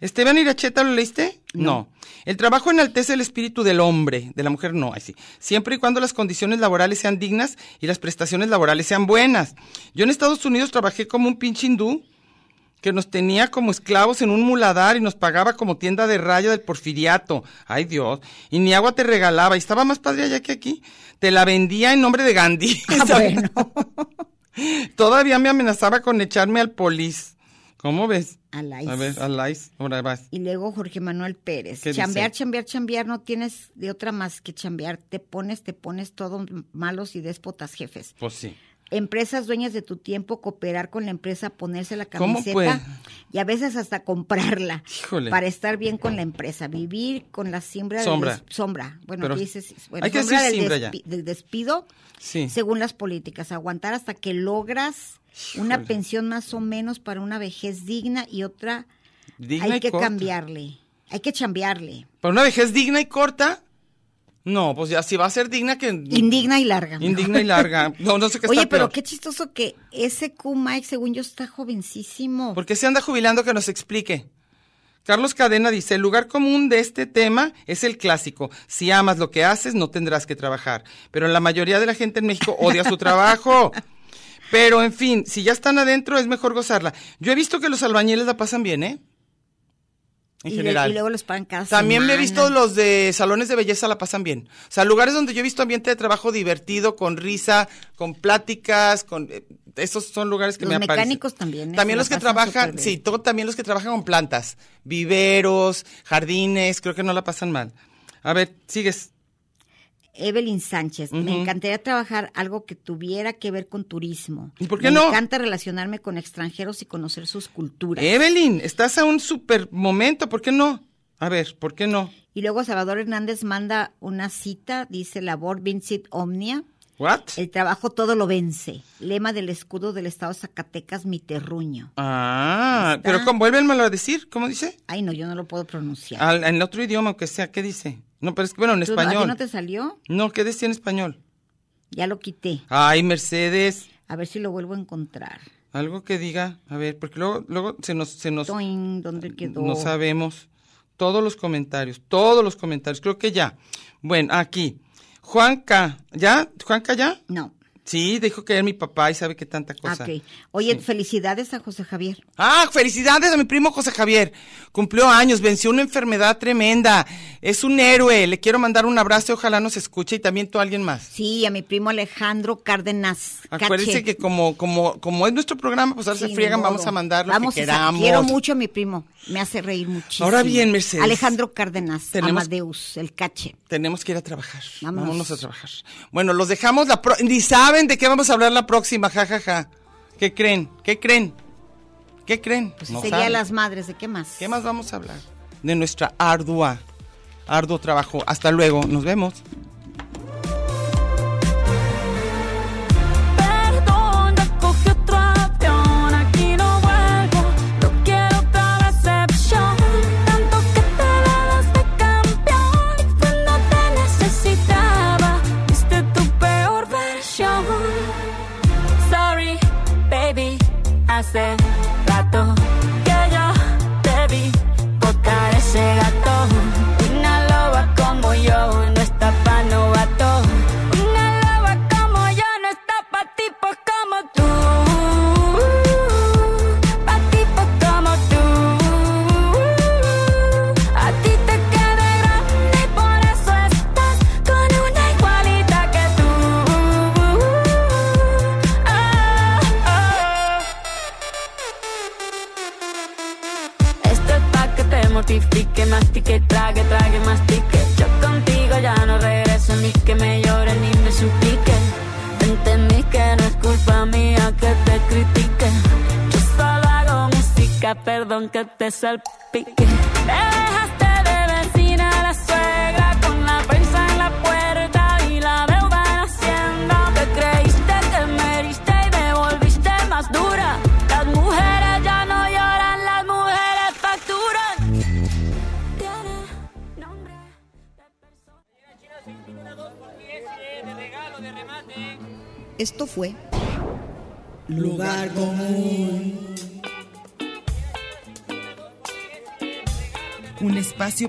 Esteban Iracheta, ¿lo leíste? No. El trabajo enaltece el espíritu del hombre, de la mujer no, ay sí. Siempre y cuando las condiciones laborales sean dignas y las prestaciones laborales sean buenas. Yo en Estados Unidos trabajé como un pinche hindú que nos tenía como esclavos en un muladar y nos pagaba como tienda de raya del porfiriato. Ay Dios. Y ni agua te regalaba. Y estaba más padre allá que aquí. Te la vendía en nombre de Gandhi. [LAUGHS]
Ah,
¿sabes?
bueno.
Todavía me amenazaba con echarme al polis. ¿Cómo ves?
Al ICE.
A ver, al ICE. Ahora vas.
Y luego Jorge Manuel Pérez.
¿Qué
Chambear,
dice?
chambear, chambear. No tienes de otra más que chambear. Te pones, te pones todos malos y déspotas jefes.
Pues sí.
empresas dueñas de tu tiempo, cooperar con la empresa, ponerse la
¿Cómo
camiseta
puede?
y a veces hasta comprarla
Híjole.
para estar bien con la empresa, vivir con la siembra del
Sombra.
des- sombra. Bueno,
Pero
aquí dices, bueno,
hay que
sombra
decir
del,
siembra ya.
despi- del despido
Sí.
según las políticas, aguantar hasta que logras una
Híjole.
pensión más o menos para una vejez digna y otra
Digna y
hay que
corta.
cambiarle, hay que chambearle,
¿Para una vejez digna y corta? No, pues ya si va a ser digna que...
indigna y larga. mejor.
Indigna y larga. No, no sé qué está
Oye, pero
peor.
qué chistoso que ese Q Mike, según yo, está jovencísimo.
¿Por qué se anda jubilando que nos explique? Carlos Cadena dice, el lugar común de este tema es el clásico. Si amas lo que haces, no tendrás que trabajar. Pero la mayoría de la gente en México odia su trabajo. Pero en fin, si ya están adentro, es mejor gozarla. Yo he visto que los albañiles la pasan bien, ¿eh? En
y, le-
general.
y luego los pagan cada
También me he
semana.
visto los de salones de belleza la pasan bien. O sea, lugares donde yo he visto ambiente de trabajo divertido, con risa, con pláticas, con eh, esos son lugares que
Los
me aparecen.
mecánicos también, ¿eh?
También
Se la
los que
pasan
trabajan,
súper
sí,
bien.
todo, también los que trabajan con plantas, viveros, jardines, creo que no la pasan mal. A ver, sigues.
Evelyn Sánchez, me encantaría trabajar algo que tuviera que ver con turismo.
¿Y por qué
me
no?
Me encanta relacionarme
¿Eh?
con extranjeros y conocer sus culturas.
Evelyn, estás a un super momento, ¿por qué no? A ver, ¿por qué no?
Y luego Salvador Hernández manda una cita, dice labor vincit omnia,
¿What?
el trabajo todo lo vence, lema del escudo del estado Zacatecas, mi terruño.
Ah,
Está.
pero con, vuélvenmelo a decir, ¿cómo dice?
Ay, no, yo no lo puedo pronunciar.
Al- en otro idioma, aunque sea, ¿qué dice? No, pero es que, bueno, Ah, en
¿Tú no- ¿A ti
español.
no te salió?
No, ¿qué decía en español?
Ya lo quité.
Ay, Mercedes,
A ver si lo vuelvo a encontrar.
algo que diga, a ver, porque luego, luego se nos, se nos,
Toin, ¿dónde quedó?
no sabemos. Todos los comentarios, todos los comentarios, creo que ya. Bueno, aquí, Juanca, ¿ya? ¿Juanca ya?
No.
Sí, dijo que era mi papá y sabe que tanta cosa.
Ok. Oye, felicidades a José Javier.
Ah, felicidades a mi primo José Javier. Cumplió años, venció una enfermedad tremenda. Es un héroe. Le quiero mandar un abrazo y ojalá nos escuche y también tú a alguien más.
Sí, a mi primo Alejandro Cárdenas.
Acuérdense
Caché.
que como, como, como es nuestro programa, pues ahora
Sí,
se
ni
friegan,
modo.
vamos a mandar lo
Vamos
que
a sa-
queramos.
Quiero mucho a mi primo. Me hace reír muchísimo.
Ahora bien, Mercedes.
Alejandro Cárdenas,
Tenemos-
Amadeus, el cache.
Tenemos que ir a trabajar.
Vámonos.
Vámonos, a trabajar. Bueno, los dejamos la pro- ni saben de qué vamos a hablar la próxima, jajaja. ¿Qué creen? ¿Qué creen? ¿Qué creen?
Pues
No
sería
saben.
las madres, ¿de qué más?
¿Qué más vamos a hablar? De nuestra ardua, arduo trabajo. Hasta luego, nos vemos.
Perdón, ya cogí otro avión, aquí no vuelvo. No quiero otra decepción. Tanto que te la das de campeón. Y cuando te necesitaba, viste tu peor versión. Sorry, baby, hace rato que yo te vi tocar ese gato. Una loba como yo no está pa' novato. Una loba como yo no está pa' tipos como tú. Pa' tipos como tú. A ti te queda grande y por eso estás con una igualita que tú. Ah, ah. Esto es pa' que te mortifique, mastique, trague, trague, mastique. Yo contigo ya no regreso ni que me llore ni me suplique. Entendí que no es culpa mía que te critique. Yo solo hago música, perdón que te salpique. Te dejaste de vecina a la suegra con la prensa en la puerta y la deuda en hacienda. Te creíste que me heriste y me volviste más dura. Las mujeres ya no lloran, las mujeres facturan. Tiene nombre de persona.
Esto fue
Lugar común. Un espacio